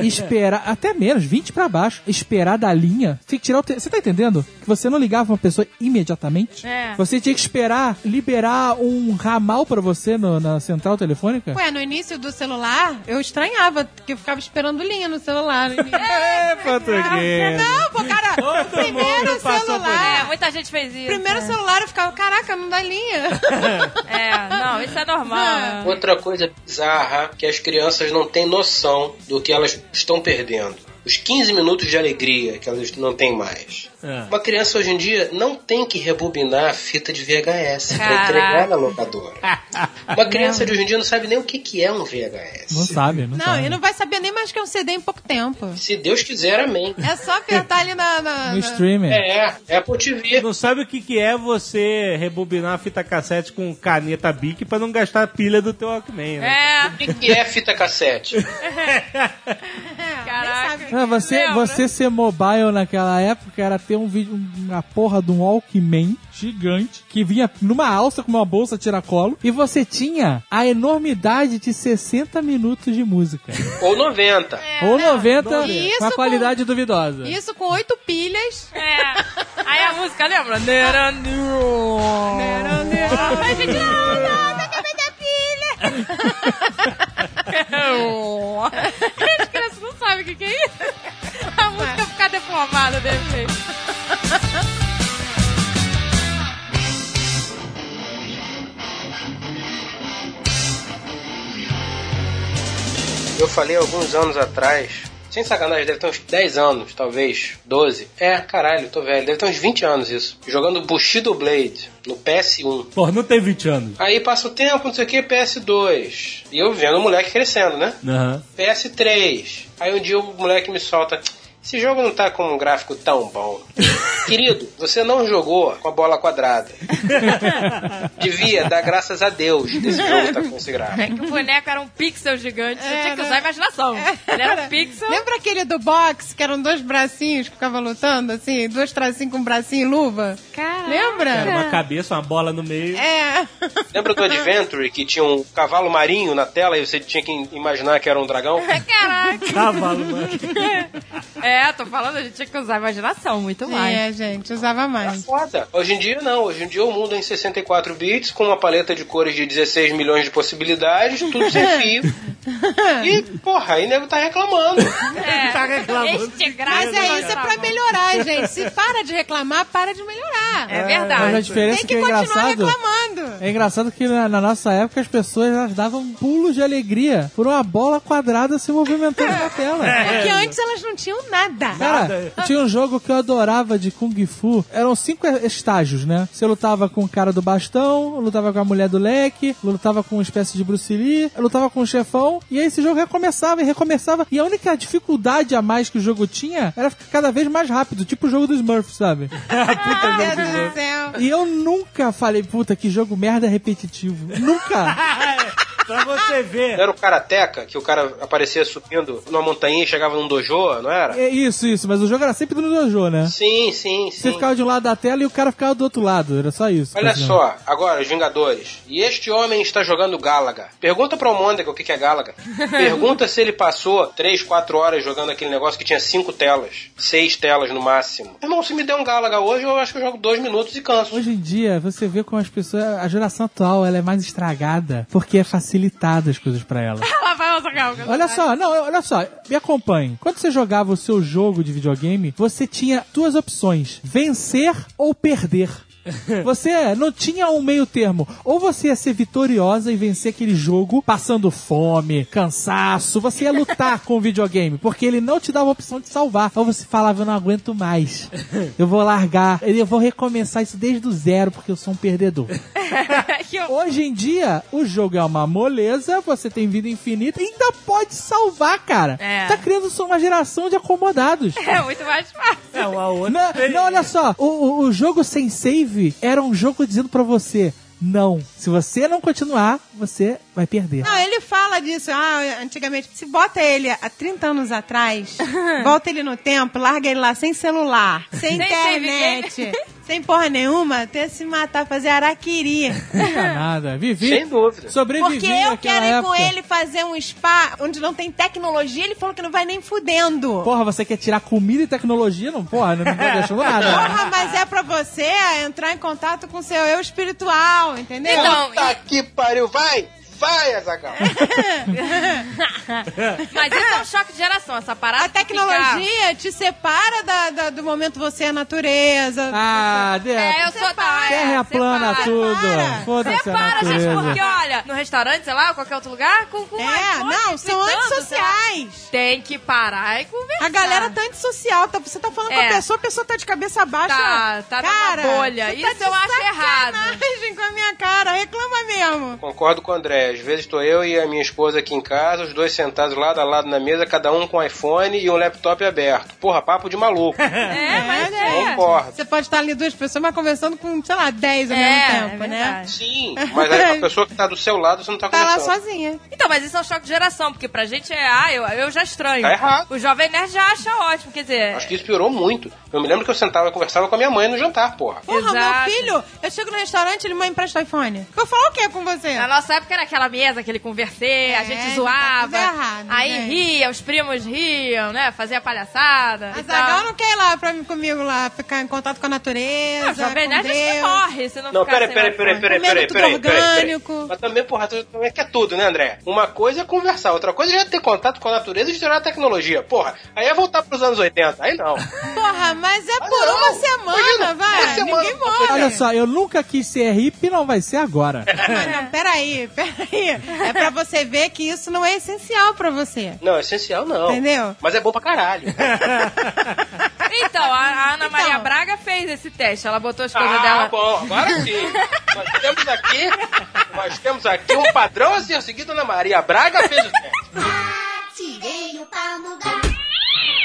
Esperar, até menos, 20 pra baixo. Esperar da linha. Tem que tirar o te- Você tá entendendo? Que você não ligava uma pessoa imediatamente.
É.
Você tinha que esperar liberar um ramal pra você no- na central telefônica.
Ué, no início do celular, eu estranhava, porque eu ficava esperando linha no celular. No início.
É, português.
Não, pô, cara,
Todo
primeiro
mundo passou
É,
celular.
muita gente fez isso.
Primeiro celular eu ficava, caraca, não dá linha.
É, não, isso é normal. né?
Outra coisa bizarra que as crianças não têm noção do que elas estão perdendo. Os 15 minutos de alegria que elas não têm mais.
É.
Uma criança hoje em dia não tem que rebobinar a fita de VHS
Caraca.
pra entregar na locadora. Uma criança de hoje em dia não sabe nem o que, que é um VHS.
Não sabe, não,
Não,
sabe.
e não vai saber nem mais que é um CD em pouco tempo.
Se Deus quiser, amém.
É só apertar ali na. na- na-
No streaming.
É, é Apple TV.
Não sabe o que, que é você rebobinar a fita cassete com caneta Bic pra não gastar a pilha do teu Walkman, né?
O
É,
que, que é fita cassete?
É,
Caraca.
nem sabe.
Ah, você,
Lembra?
você ser mobile naquela época era ter um vídeo, um- uma porra de um Walkman gigante que vinha numa alça com uma bolsa tiracolo e você tinha a enormidade de 60 minutos de música.
Ou 90.
Ou 90
É. Isso
com a
com-
qualidade duvidosa.
Isso com oito pilhas.
é. Aí a música, lembra? Neranu.
Era, né?
Ai, gente, não, não, não. As crianças não sabem o que, que é isso. A música ficar deformada de repente.
Eu falei alguns anos atrás, sem sacanagem, deve ter uns 10 anos, talvez, 12. É, caralho, tô velho, deve ter uns 20 anos isso. Jogando Bushido Blade no PS1.
Pô, não tem 20 anos.
Aí passa o tempo, não sei o que, PS2. E eu vendo o moleque crescendo, né?
Aham.
PS3. Aí um dia o moleque me solta. Esse jogo não tá com um gráfico tão bom. Querido, você não jogou com a bola quadrada. Devia dar graças a Deus desse jogo tá com esse gráfico.
Que o boneco era um pixel gigante. Você tinha que
Era.
usar a imaginação.
É.
Ele era um pixel.
Lembra aquele do box que eram dois bracinhos que ficava lutando assim? Dois tracinhos com bracinho e luva?
Era
Lembra?
uma cabeça, uma bola no meio.
É.
Lembra do Adventure que tinha um cavalo marinho na tela e você tinha que imaginar que era um dragão?
Caraca.
Cavalo, mano.
É, tô falando, a gente tinha que usar a imaginação muito mais.
É, gente, usava
Tá
mais.
foda. Hoje em dia não, hoje em dia o mundo é em 64 bits, com uma paleta de cores de 16 milhões de possibilidades, tudo sem fio. E, porra, aí nego tá reclamando.
É.
Tá reclamando.
Este gráfico.
Mas é isso é pra melhorar, gente. Se para de reclamar, para de melhorar.
É
Mas a
verdade.
diferença
Tem que
que é
continuar
engraçado.
reclamando.
É engraçado que na, na nossa época as pessoas elas davam um pulo de alegria por uma bola quadrada se movimentando na tela.
Porque antes elas não tinham nada.
Cara, tinha um jogo que eu adorava de Kung Fu. Eram cinco estágios, né? Você lutava com o cara do bastão, lutava com a mulher do leque, lutava com uma espécie de Bruce Lee, lutava com o chefão, e aí esse jogo recomeçava e recomeçava. E a única dificuldade a mais que o jogo tinha era ficar cada vez mais rápido, tipo o jogo do Smurf, sabe?
Meu Deus do céu.
E eu nunca falei, puta, que jogo merda repetitivo. Nunca!
É, Pra você ver.
Não era o Karateka, que o cara aparecia subindo numa montanha e chegava num dojo, não era?
É isso, isso, mas o jogo era sempre no dojo, né?
Sim, sim,
Você
sim.
ficava de um lado da tela e o cara ficava do outro lado, era só isso.
Olha
Fazia.
só, agora, os Vingadores. E este homem está jogando Galaga. Pergunta para o Mônica o que que é Galaga. Pergunta se ele passou 3, 4 horas jogando aquele negócio que tinha 5 telas. 6 telas no máximo. Irmão, se me der um Galaga hoje, eu acho que eu jogo 2 minutos e canso.
Hoje em dia, você vê como as pessoas. A geração atual ela é mais estragada porque é facilitada as coisas pra ela.
Ela vai usar galga.
Olha só, não, olha só, me acompanhe. Quando você jogava o seu jogo de videogame, você tinha duas opções: vencer ou perder. Você não tinha um meio termo. Ou você ia ser vitoriosa e vencer aquele jogo passando fome, cansaço. Você ia lutar com o videogame, porque ele não te dava a opção de salvar. Ou você falava, eu não aguento mais. Eu vou largar. Eu vou recomeçar isso desde o zero, porque eu sou um perdedor.
Que eu-
Hoje em dia, o jogo é uma moleza, você tem vida infinita e ainda pode salvar, cara.
É.
Tá criando só uma geração de acomodados.
É muito mais fácil.
É uma outra.
Não, não, olha só, o, o- o jogo sem save era um jogo dizendo pra você: não, se você não continuar, você vai perder.
Não, ele fala disso. Ah, antigamente. Se bota ele há 30 anos atrás, volta ele no tempo, larga ele lá sem celular, sem
save
internet, sem porra nenhuma, até se matar, fazer araquiri.
Não tinha nada, vivi.
Sem dúvida.
Sobrevivi
é. Porque eu
àquela
quero ir com
época.
ele fazer um spa onde não tem tecnologia, ele falou que não vai nem fudendo.
Porra, você quer tirar comida e tecnologia? Não, porra, não, não tá deixando nada.
Porra, mas é pra você entrar em contato com seu eu espiritual, entendeu?
Então,
Tá que pariu, vai! Vai, Azagal!
mas isso é um choque de geração, essa parada.
a
de ficar-
tecnologia te separa da- da- do momento você é a natureza.
Ah, de...
É, eu sou da.
terra plana
separa.
tudo.
Separa.
Foda-se a
Separa, gente,
natureza.
porque olha, no restaurante, sei lá, ou qualquer outro lugar, com, com
é,
Um iPhone,
não, são
gritando, sei lá.
antissociais.
Tem que parar e conversar.
A galera tá antissocial. Tá, você tá falando com
É.
a pessoa, a pessoa tá de cabeça baixa.
Tá, tá numa
cara,
bolha.
você
Isso
tá de
eu acho errado.
sacanagem com a minha cara. Reclama mesmo.
Concordo com o André. Às vezes estou eu e a minha esposa aqui em casa, os dois sentados lado a lado na mesa, cada um com um iPhone e um laptop aberto. Porra, papo de maluco.
É, mas é.
Concordo.
Você pode estar ali duas pessoas, mas conversando com, sei lá, dez ao
É,
mesmo tempo,
é
né?
verdade.
Sim, mas aí a pessoa que tá do seu lado, você não tá
Tá lá
conversando.
sozinha.
Então, mas isso é um choque de geração, porque pra gente é, ah, eu, eu já estranho.
Tá errado.
O Jovem Nerd já acha ótimo, quer dizer.
Acho que isso piorou muito. Eu me lembro que eu sentava e conversava com a minha mãe no jantar, porra.
Porra,
Exato.
meu filho, eu chego no restaurante, ele me empresta o iPhone. Eu falo o quê com você?
Na nossa época era aquela mesa, aquele converter, a gente
tá
zoava.
tudo errado, né?
aí
gente.
ria, os primos riam, né? Fazia palhaçada.
A
e tal.
Zagal não quer ir lá pra, comigo lá, ficar em contato com a natureza.
Ah, Jovem
é com
Nerd acho que
Deus.
morre se não
Não,
ficar
peraí,
sem
peraí,
iPhone.
peraí, peraí,
Comendo
peraí,
tudo
peraí, peraí,
orgânico.
Mas também, porra, tu também quer tudo, né, André? Uma coisa é conversar, outra coisa é já ter contato com a natureza e estourar a tecnologia, porra. Aí é voltar pros anos 80, aí não.
Porra, mas é
Ah,
por
não.
uma semana,
Imagina,
vai.
uma semana.
Ninguém morre.
Olha só, eu nunca quis ser hippie, não vai ser agora.
Não, não, peraí, peraí. É pra você ver que isso não é essencial pra você.
Não, é essencial não.
Entendeu?
Mas é bom pra caralho.
Então, a, a Ana Maria
Então.
Braga fez esse teste. Ela botou as coisas
ah,
dela.
bom, agora sim. Nós temos aqui, nós temos aqui um padrão a ser seguido, Ana Maria Braga fez o teste.
Atirei o pau no gato.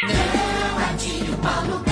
Não atire o pau no gato.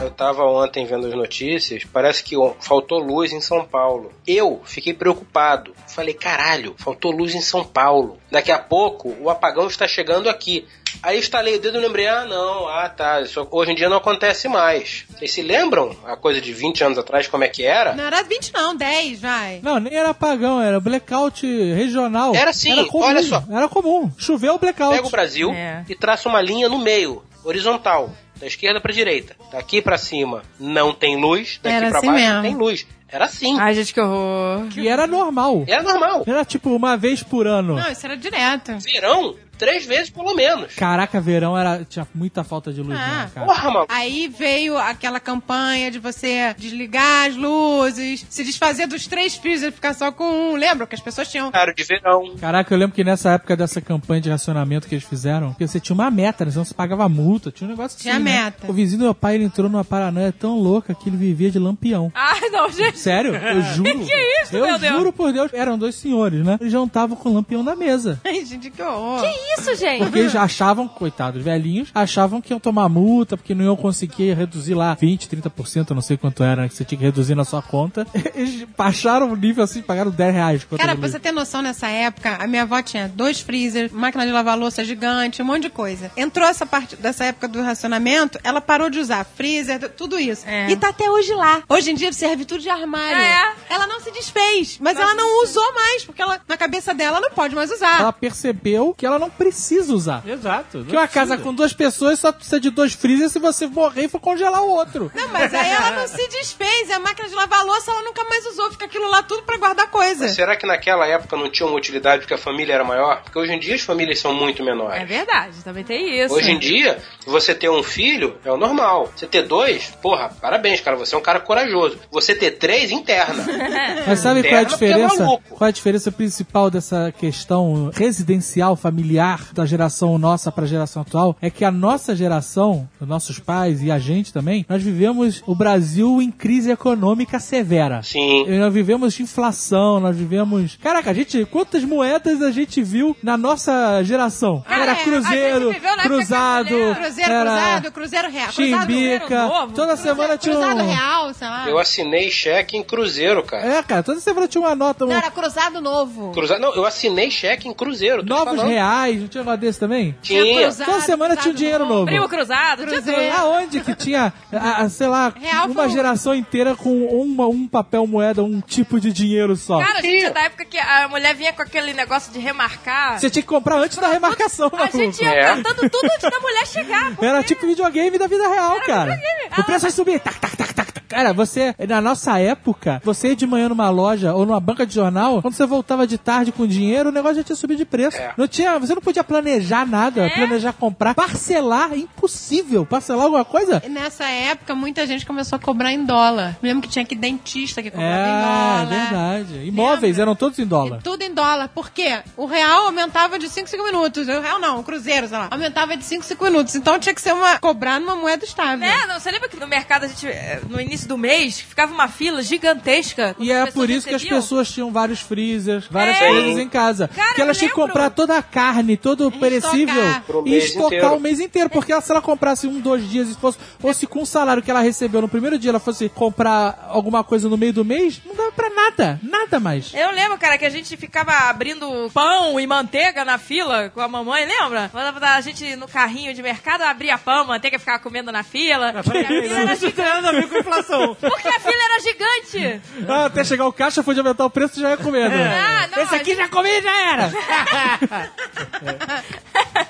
Eu tava ontem vendo as notícias, parece que on- faltou luz em São Paulo. Eu fiquei preocupado. Falei, caralho, faltou luz em São Paulo. Daqui a pouco o apagão está chegando aqui. Aí estalei o dedo e lembrei, ah não, ah tá, isso hoje em dia não acontece mais. Vocês se lembram a coisa de 20 anos atrás, como é que era?
Não era 20, não, 10, vai.
Não, nem era apagão, era blackout regional.
Era sim,
comum,
olha só.
Era comum. Choveu blackout.
Pega o Brasil
É.
e traça uma linha no meio, horizontal, da esquerda pra direita. Daqui pra cima não tem luz, daqui
Era
pra
assim
baixo
mesmo. Ah.
tem luz. Era assim.
Ai, gente, que horror.
E era normal.
Era normal.
Era tipo uma vez por ano.
Ah.
Não, isso era direto.
Verão, três vezes pelo menos.
Caraca, verão era tinha muita falta de luz,
Ah.
né, cara.
Porra, mano.
Aí veio aquela campanha de você desligar as luzes, se desfazer dos três filhos e ficar só com um. Lembra que as pessoas tinham.
Horário de verão.
Caraca, eu lembro que nessa época dessa campanha de racionamento que eles fizeram, porque você tinha uma meta, né? Senão você pagava multa, tinha um negócio
Tinha
assim, né?
meta.
O vizinho do meu pai, ele entrou numa paranoia tão louca que ele vivia de lampião.
Ai, não, gente.
Sério, eu juro.
É. Que isso,
eu
meu Deus?
juro por Deus. Eram dois senhores, né? Eles jantavam com lampião na mesa.
Ai, gente, que horror. Que
isso, gente?
Porque eles achavam, coitados, velhinhos, achavam que iam tomar multa, porque não iam conseguir reduzir lá 20, 30%, eu não sei quanto era, né, que você tinha que reduzir na sua conta. Eles baixaram o nível assim, pagaram 10 reais. de conta
Cara,
do
pra você
tá-
livro.
ter noção, nessa época, a minha avó tinha dois freezers, máquina de lavar louça gigante, um monte de coisa. Entrou essa parte dessa época do racionamento, ela parou de usar freezer, tudo isso.
É.
E tá até hoje lá. Hoje em dia serve tudo de armário.
É.
Ela não se desfez, mas ela não usou mais, porque ela, na cabeça dela não pode mais usar.
Ela percebeu que ela não precisa usar.
Exato.
Que uma casa com duas pessoas só precisa de dois freezers se você morrer e for congelar o outro.
Não, mas aí ela não se desfez. E a máquina de lavar louça ela nunca mais usou. Fica aquilo lá tudo pra guardar coisa.
Será que naquela época não tinha uma utilidade porque a família era maior? Porque hoje em dia as famílias são muito menores.
É verdade, também tem isso.
Hoje em dia, você ter um filho é o normal. Você ter dois, porra, parabéns, cara. Você é um cara corajoso. Você ter três, interna.
Mas sabe qual é a
Dela, porque é
diferença?
maluco.
Qual é a diferença principal dessa questão residencial, familiar, da geração nossa pra geração atual? É que a nossa geração, os nossos pais e a gente também, nós vivemos o Brasil em crise econômica severa.
Sim.
Nós vivemos inflação, nós vivemos. Caraca, a gente, quantas moedas a gente viu na nossa geração?
Cara,
era
é,
cruzeiro,
a gente viveu na época
cruzado,
brasileira. Cruzeiro,
era
cruzado, cruzeiro real. Cruzado,
chimbica.
Cruzeiro novo,
Toda semana tinha um.
cruzado real, sei lá.
Eu assinei cheque em cruzeiro, cara.
É, cara, toda semana tinha uma nota, um
Não, era cruzado novo.
Cruza... Não, eu assinei cheque em cruzeiro. tô te
Novos
falando.
reais, não tinha uma desse também?
Tinha
Tinha.
cruzado.
Toda semana tinha um dinheiro novo.
Primo cruzado, tinha tudo.
Cruzeiro.
Aonde que tinha, a- a, sei lá,
Real
uma
foi um-
geração inteira com uma, um papel moeda, um tipo de dinheiro só.
Cara, a gente é da época que a mulher vinha com aquele negócio de remarcar.
Você tinha que comprar antes da remarcação,
A
maluco.
gente ia
É.
cantando tudo antes da mulher chegar. porque-
Era tipo videogame da vida real, cara.
videogame.
O preço vai subir. Tac, tac, tac, tac, tac. Cara, você, na nossa época, você ia de manhã numa loja ou numa banca de jornal, quando você voltava de tarde com dinheiro, o negócio já tinha subido de preço.
É.
Não tinha, você não podia planejar nada, planejar comprar. Parcelar, impossível. Parcelar alguma coisa?
Nessa época, muita gente começou a cobrar em dólar. Me lembro que tinha que dentista que cobrava em
É,
dólar.
verdade. Imóveis
Lembra?
eram todos em dólar.
É tudo em dólar. Por quê? O real aumentava de 5 5 minutos. O real não, o cruzeiro, sei lá. Aumentava de 5 5 minutos. Então tinha que ser uma. cobrar numa moeda estável.
É.
Né? Não, você lembra que no mercado, a gente, eh, no início do mês, ficava uma fila gigantesca? quando
E é
as pessoas
por isso que as
recebiam?
pessoas tinham vários freezers, várias
É.
coisas em casa.
Cara,
que elas
eu
tinham que
lembro.
comprar toda a carne, todo o perecível
Pro
e
mês
estocar
inteiro.
o mês inteiro. Porque ela- se ela comprasse um, dois dias e fosse, ou se com o salário que ela recebeu no primeiro dia ela fosse comprar alguma coisa no meio do mês, não dava pra nada. Nada mais.
Eu lembro, cara, que a gente ficava abrindo pão e manteiga na fila com a mamãe, lembra? Mandava A gente no carrinho de mercado abria pão, manteiga ficava comendo na
É
fila. Porque a fila era
Isso tem nada a ver com inflação.
Porque a fila era gigante.
Ah, até chegar o caixa, foi de aumentar o preço e já ia comendo.
Ah, não,
Esse aqui
a gente-
já comi e já era.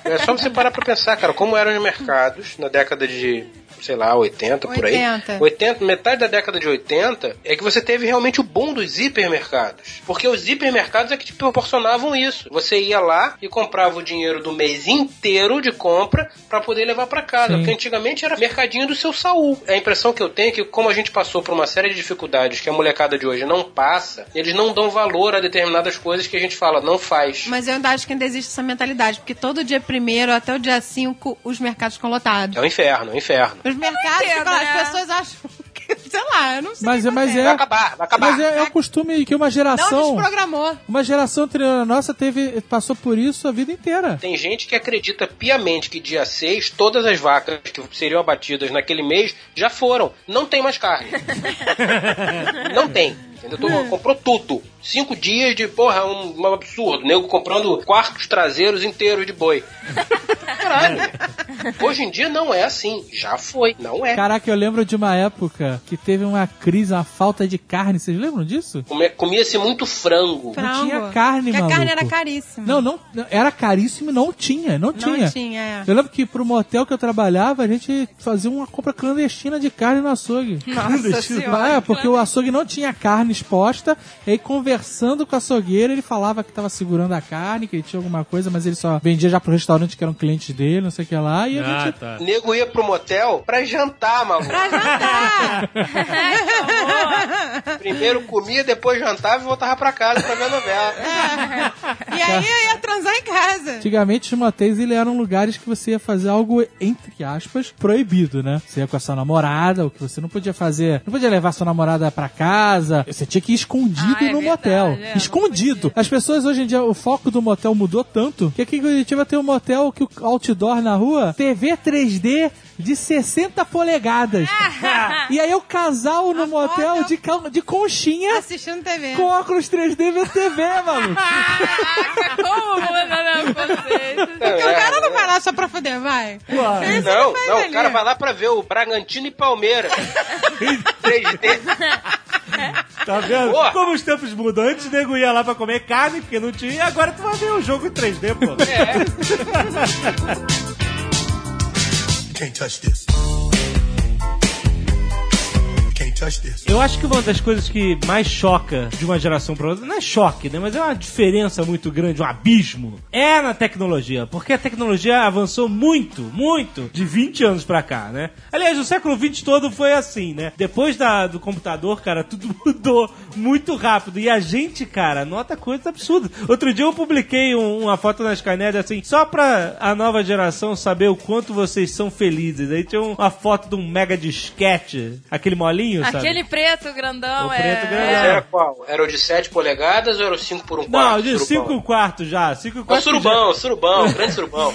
É só você parar pra pensar, cara, como eram os mercados na década de, sei lá, 80, por aí.
80.
80, metade da década de 80 é que você teve realmente o boom dos hipermercados. Porque os hipermercados é que te proporcionavam isso. Você ia lá e comprava o dinheiro do mês inteiro de compra pra poder levar pra casa.
Sim.
Porque antigamente era mercadinho do seu Saul. A impressão que eu tenho é que como a gente passou por uma série de dificuldades que a molecada de hoje não passa, eles não dão valor a determinadas coisas que a gente fala, não faz.
Mas eu ainda acho que ainda existe essa mentalidade, porque todo dia primeiro até o dia 5 os mercados ficam lotados.
É um inferno, é um inferno.
Os mercados
entendo,
ficam lá,
né?
as pessoas acham que, sei lá, eu não sei.
Mas,
o que
mas
acontece.
é.
Vai acabar, vai acabar.
Mas é, é o costume que uma
Não
geração.
desprogramou.
Uma geração anterior à nossa teve, passou por isso a vida inteira.
Tem gente que acredita piamente que dia 6 todas as vacas que seriam abatidas naquele mês já foram. Não tem mais carne. Não tem. Entendeu? Tô-
É.
comprou tudo. Cinco dias de, porra, um, um absurdo. Nego comprando quartos traseiros inteiros de boi. Caralho. Hoje em dia não é assim. Já foi. Não é.
Caraca, eu lembro de uma época que teve uma crise, uma falta de carne. Vocês lembram disso?
Come- Comia-se muito frango.
Frango.
tinha carne,
Porque
maluco.
a carne era caríssima.
Não, não, não, era caríssimo e não tinha, não
Não
tinha.
tinha, é.
Eu lembro que pro motel que eu trabalhava, a gente fazia uma compra clandestina de carne no açougue.
Nossa senhora.
É, porque o açougue não tinha carne exposta, e aí conversando com o açougueiro, ele falava que tava segurando a carne, que ele tinha alguma coisa, mas ele só vendia já pro restaurante que eram clientes dele, não sei o que lá, e a gente
tá.
Nego ia pro motel pra jantar, maluco.
Pra jantar!
Primeiro comia, depois jantava e voltava pra casa pra ver
É,
novela.
e aí eu ia transar em casa.
Antigamente, os motéis ele eram lugares que você ia fazer algo, entre aspas, proibido, né? Você ia com a sua namorada, o que você não podia fazer. Não podia levar sua namorada pra casa. Você você tinha que ir escondido
Ah, é
no
verdade,
motel.
é, não
escondido.
podia.
As pessoas hoje em dia, o foco do motel mudou tanto que aqui em Curitiba tem um motel que o outdoor na rua, TV 3D de 60 polegadas. e aí o casal no
A
motel
foto-
de, cal- de conchinha
Assim,
Assistindo
é.
TV.
com óculos 3D vendo TV, maluco.
Como mandar um conceito?
Porque o
é,
cara não vai lá só pra foder, vai. Isso
Não,
faz
não,
ali.
o cara vai lá pra ver o Bragantino e Palmeiras. 3D.
Tá vendo?
Boa.
Como os tempos mudam. Antes o nego ia lá pra comer carne, porque não tinha, e agora tu vai ver o jogo em 3D, pô.
Can't touch this. Can't touch this.
Eu acho que uma das coisas que mais choca de uma geração para outra, não é choque, né? Mas é uma diferença muito grande, um abismo. É na tecnologia, porque a tecnologia avançou muito, muito de 20 anos pra cá, né? Aliás, o século 20 todo foi assim, né? Depois da- do computador, cara, tudo mudou muito rápido. E a gente, cara, nota coisas absurdas. Outro dia eu publiquei um- uma foto na Skynet assim, só pra a nova geração saber o quanto vocês são felizes. Aí tinha uma foto de um mega disquete, aquele molinho, sabe?
Aquele preto grandão
O
é.
preto
Mas
grandão.
é.
era qual? Era o de 7 polegadas ou era o 5 por 1
Não,
quarto?
de
surubão?
5 quartos já. 5
É o
quartos.
surubão, surubão, grande surubão.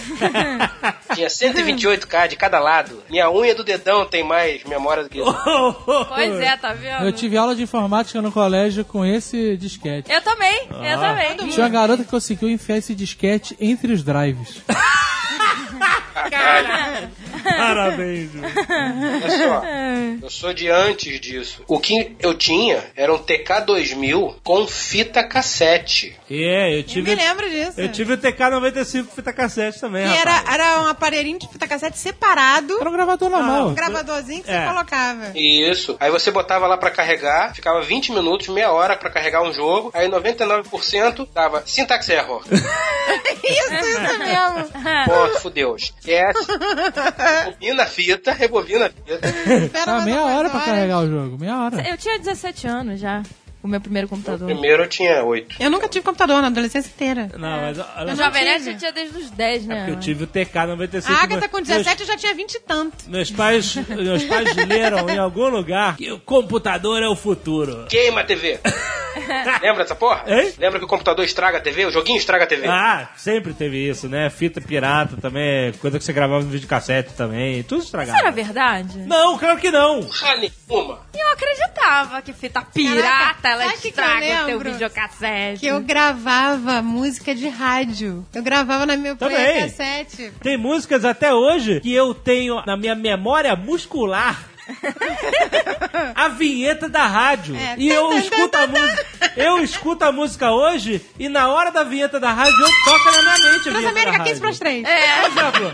Tinha 128k de cada lado. Minha unha do dedão tem mais memória do que isso.
Oh,
Pois é, tá vendo?
Eu
Eu,
tive aula de informática no colégio com esse disquete.
também,
Ah.
eu também.
Tinha uma garota que conseguiu enfiar esse disquete entre os drives.
Parabéns, meu.
Olha só, eu sou de antes disso. O que eu tinha era um TK2000 com fita cassete.
É, eu
Eu me
tive.
lembro disso.
Eu tive o TK95 fita cassete também,
E
rapaz.
era, era um aparelhinho de fita cassete separado,
Era um gravador normal.
um gravadorzinho que
É.
você colocava.
Isso. Aí você botava lá pra carregar, ficava 20 minutos, meia hora pra carregar um jogo. Aí 99% dava syntax error.
Isso,
Tá
isso mesmo.
Ponto, fudeu. Esquece. Rebobina a fita, rebobina a fita.
Espera
Ah,
mais
meia
algumas
hora pra
horas.
carregar o jogo, meia hora.
Eu tinha 17 anos já, o meu primeiro computador.
Primeiro eu tinha 8.
Eu nunca tive computador na adolescência inteira.
Não, mas olha
O
só. é
Jovem Nerd
tive.
eu tinha desde os 10, né?
porque Eu tive o TK95.
A Agatha
mas-
com 17 eu já tinha 20 e tanto.
Meus, meus pais, meus pais leram em algum lugar que o computador é o futuro.
Queima a TV. Lembra dessa porra?
Hein?
Lembra que o computador estraga a TV? O joguinho estraga a TV.
Ah, sempre teve isso, né? Fita pirata também, coisa que você gravava no videocassete também, tudo
Isso era
estragado.
verdade?
Não, claro que não.
Porra nenhuma.
Eu acreditava que fita pirata,
Caraca,
ela
sabe o que que eu
estraga o teu
lembro?
videocassete.
Que eu gravava música de rádio. Eu gravava na minha
Também.
player cassete.
Tem músicas até hoje que eu tenho na minha memória muscular. a vinheta da rádio.
É.
E eu escuto a música. Eu escuto a música hoje e na hora da vinheta da rádio eu toco na minha mente a vinheta da
Transamérica
rádio.
15 pras 3.
É,
Por exemplo.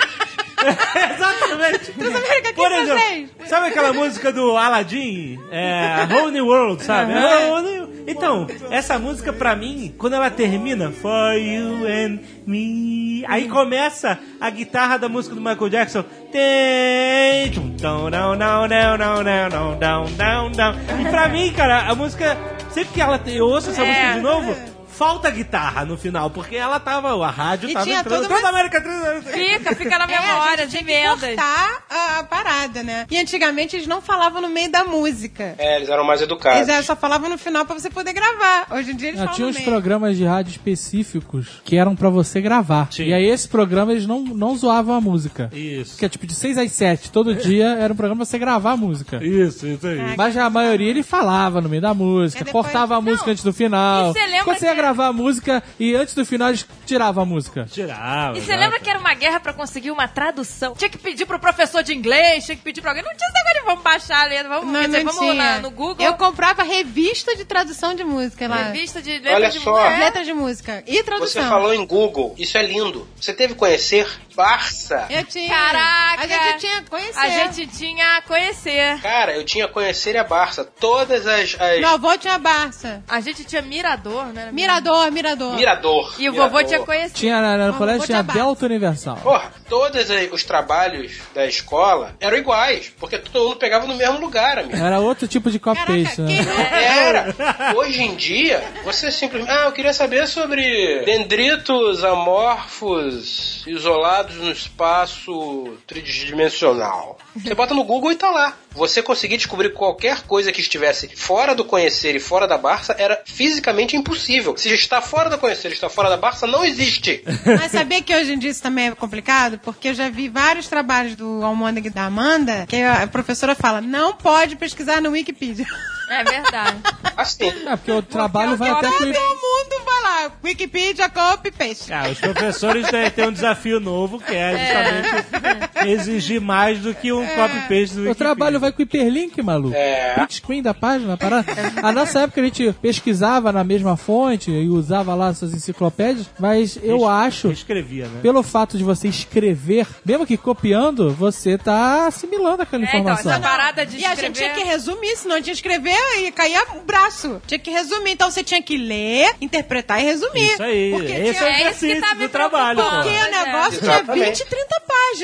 Exatamente.
Transamérica 15
Por
pras
exemplo,
3.
sabe aquela música do Aladdin? É, Whole New World, sabe? É, Whole New- Então, essa música pra mim, quando ela termina, For You and Me, aí começa a guitarra da música do Michael Jackson. Tem- tum, tão, não, não, não, não, não, não, não, não, não. E pra mim, cara, a música, sempre que ela tem- eu ouço essa
É.
música de novo, Falta guitarra no final, porque ela tava, a rádio
E
tava
tinha
entrando.
toda uma-
Toda América 3.
Fica, fica na memória de vendas.
Cortar a, a parada, né? E antigamente eles não falavam no meio da música.
É, eles eram mais educados.
Eles é, só falavam no final pra você poder gravar. Hoje em dia eles
Não,
falam
Ah, tinha
no
uns
meio.
programas de rádio específicos que eram pra você gravar.
Sim.
E aí esse programa eles não, não zoavam a música.
Isso. É.
Que é tipo de 6 às 7, todo dia era um programa pra você gravar a música.
Isso, isso aí.
Mas a maioria ele falava no meio da música,
É, depois-
cortava a música antes do final.
e você lembra
Quando você ia
que-
gravar a música e antes do final eles tiravam a música.
Tirava.
E você
exato.
lembra que era uma guerra pra conseguir uma tradução? Tinha que pedir pro professor de inglês, tinha que pedir pra alguém. Não tinha esse negócio de vamos baixar a letra, vamos,
Não,
quer dizer,
não
vamos
tinha.
na- no Google.
Eu comprava revista de tradução de música lá.
Revista de letra
Olha
de
só.
mulher.
Letras de música
Tá
e
Você
tradução.
falou em Google, isso é lindo. Você teve que conhecer Barça.
Eu tinha.
Caraca.
A gente tinha conhecido.
A gente tinha a conhecer.
Cara, eu tinha conhecer a Barça. Todas as. as-
Meu avô tinha Barça.
A gente tinha mirador, né? Era
Mirador, Mirador.
Mirador.
E o
Mirador.
vovô tinha conhecido.
Tinha na- na- no
Ah,
colégio
vou
tinha
te abar-
Delta Universal.
Porra, todos as- os trabalhos da escola eram iguais, porque todo mundo pegava no mesmo lugar, amigo.
Era outro tipo de copy
Caraca,
paste, né?
quem não... é?
Era. Hoje em dia, você simplesmente. Ah, eu queria saber sobre dendritos amorfos isolados no espaço tridimensional. Você bota no Google e tá lá. Você conseguir descobrir qualquer coisa que estivesse fora do conhecer e fora da Barça era fisicamente impossível. Se está fora do conhecer e está fora da Barça, não existe.
Mas sabia que hoje em dia isso também é complicado? Porque eu já vi vários trabalhos do Almôndega e da Amanda que a professora fala, não pode pesquisar no Wikipedia.
É verdade.
Assim,
É, porque o trabalho vai até
Todo
com
mundo vai lá, Wikipedia, copy, paste.
Ah, os professores têm, têm um desafio novo, que é justamente exigir mais do que
É.
um copy-paste do
O trabalho vai com hiperlink, maluco.
É.
Print screen da página, parada. A nossa época a gente pesquisava na mesma fonte e usava lá suas enciclopédias, mas eu acho,
Escrevia, né?
pelo fato de você escrever, mesmo que copiando, você tá assimilando aquela
É, então,
informação.
essa parada de
E a gente tinha que
escrever...
resumir, senão tinha que escrever e caía o braço. Tinha que resumir. Então você tinha que ler, interpretar e resumir.
Isso aí.
Porque
Esse é
tinha...
o
É isso que
exercício
tá me
do trabalho,
preocupando.
Porque
pô.
o
Pois é.
negócio tinha
Exatamente.
20, 30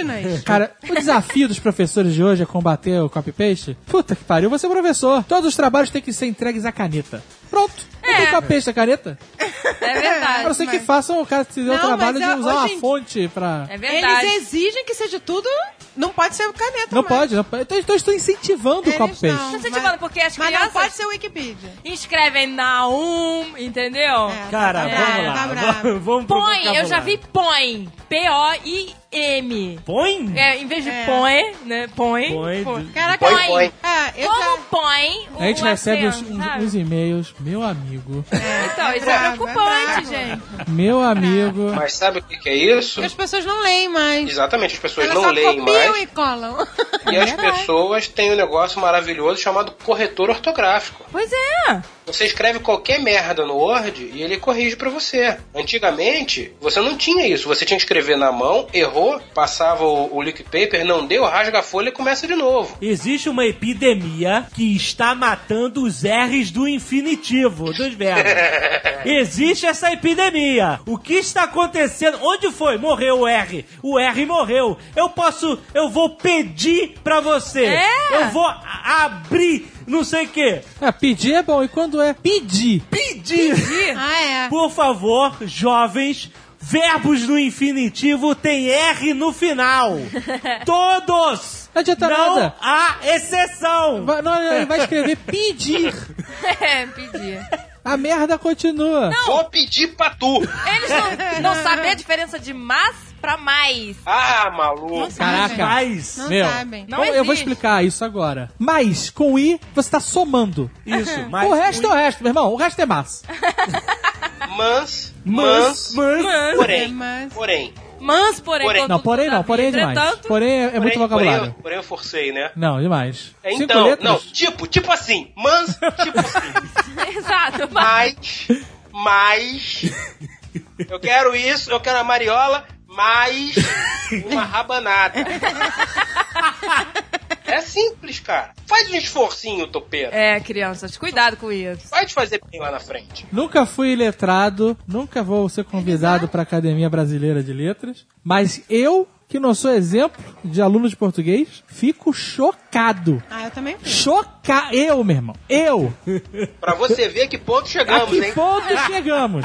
páginas.
Cara, o desafio dos professores de hoje é combater o copy-paste? Puta que pariu, você é professor. Todos os trabalhos têm que ser entregues à caneta. Pronto. Não tem copy-paste à caneta.
É
A não
verdade.
ser que façam o cara se deu o
Não,
trabalho
mas,
de
ó,
usar
hoje
uma
em-
fonte pra...
É verdade.
Eles exigem que seja tudo. Não pode ser caneta.
Não
mais.
pode, não pode. Então, então eu estou incentivando o
é? Eles
copy-paste.
não,
Não sei
mas-
de quando, porque as
Mas não
crianças
pode ser Wikipedia.
escrevem na um, entendeu?
É,
Cara,
tá bravo,
vamos lá.
tá bravo.
Vamos, vamos pro
Põe, eu já
vocabulário.
vi põe. P-O-I-M.
Põe?
É, em vez de
É.
põe, né? Põe.
Põe.
Caraca,
Põe,
mãe.
põe.
Ah, eu
Como
já...
põe o
Um
A gente
o
recebe uns,
acento,
uns-
sabe?
uns
Ah.
e-mails, meu amigo,
Então, isso é
brabo, é
preocupante,
brabo.
gente.
meu amigo.
mas sabe o que que é isso?
As pessoas não leem mais.
Exatamente, as pessoas
Elas
não
só
leem
copiam
mais.
e colam.
E é? as pessoas têm um negócio maravilhoso chamado corretor ortográfico.
Pois é.
Você escreve qualquer merda no Word e ele corrige pra você. Antigamente, você não tinha isso. Você tinha que escrever na mão, errou, passava o, o leak paper, não deu, rasga a folha e começa de novo.
Existe uma epidemia que está matando os R's do infinitivo, dos verbos. Existe essa epidemia. O que está acontecendo? Onde foi? Morreu o R. O R morreu. Eu posso, eu vou pedir pra você.
É.
Eu vou a- abrir, não sei o quê.
É, pedir é bom, e quando é pedir?
Pedir.
Ah, é.
Por favor, jovens, verbos no infinitivo tem R no final. Todos.
Não adianta
Não
nada.
há exceção.
Vai- Não, ele vai escrever pedir.
É, pedir.
A merda continua.
Vou pedir pra tu.
Eles não, não sabem a diferença de mas pra mais.
Ah, maluco.
Caraca.
Mas...
Não sabem.
Não
eu- eu vou
existe.
explicar isso agora. Mas, com i, você tá somando.
Isso, mas...
o resto é o resto, meu irmão. O resto é massa.
Mas,
Mas,
mas,
mas...
porém,
Mas-
porém.
Mans, porém.
Porém.
contudo,
Não, porém não.
sabe.
Porém é demais.
Entretanto,
Porém é, é muito
porém,
vocabulário.
Porém, eu- porém eu forcei, né?
Não, demais.
É,
Cinco
Então,
letras?
não, tipo, tipo assim, mas, tipo assim,
Exato. Mas,
mas, mas, eu quero isso, eu quero a mariola, mais uma rabanada. É simples, cara. Faz um esforcinho, topeira.
é, crianças, cuidado com isso.
Vai te fazer bem lá na frente.
Nunca fui letrado, nunca vou ser convidado para a Academia Brasileira de Letras, mas eu, que não sou exemplo de aluno de português, fico chocado.
Ah, eu também fui.
Choca eu, meu irmão. Eu.
Pra você ver que ponto
A
chegamos,
que
hein?
ponto chegamos?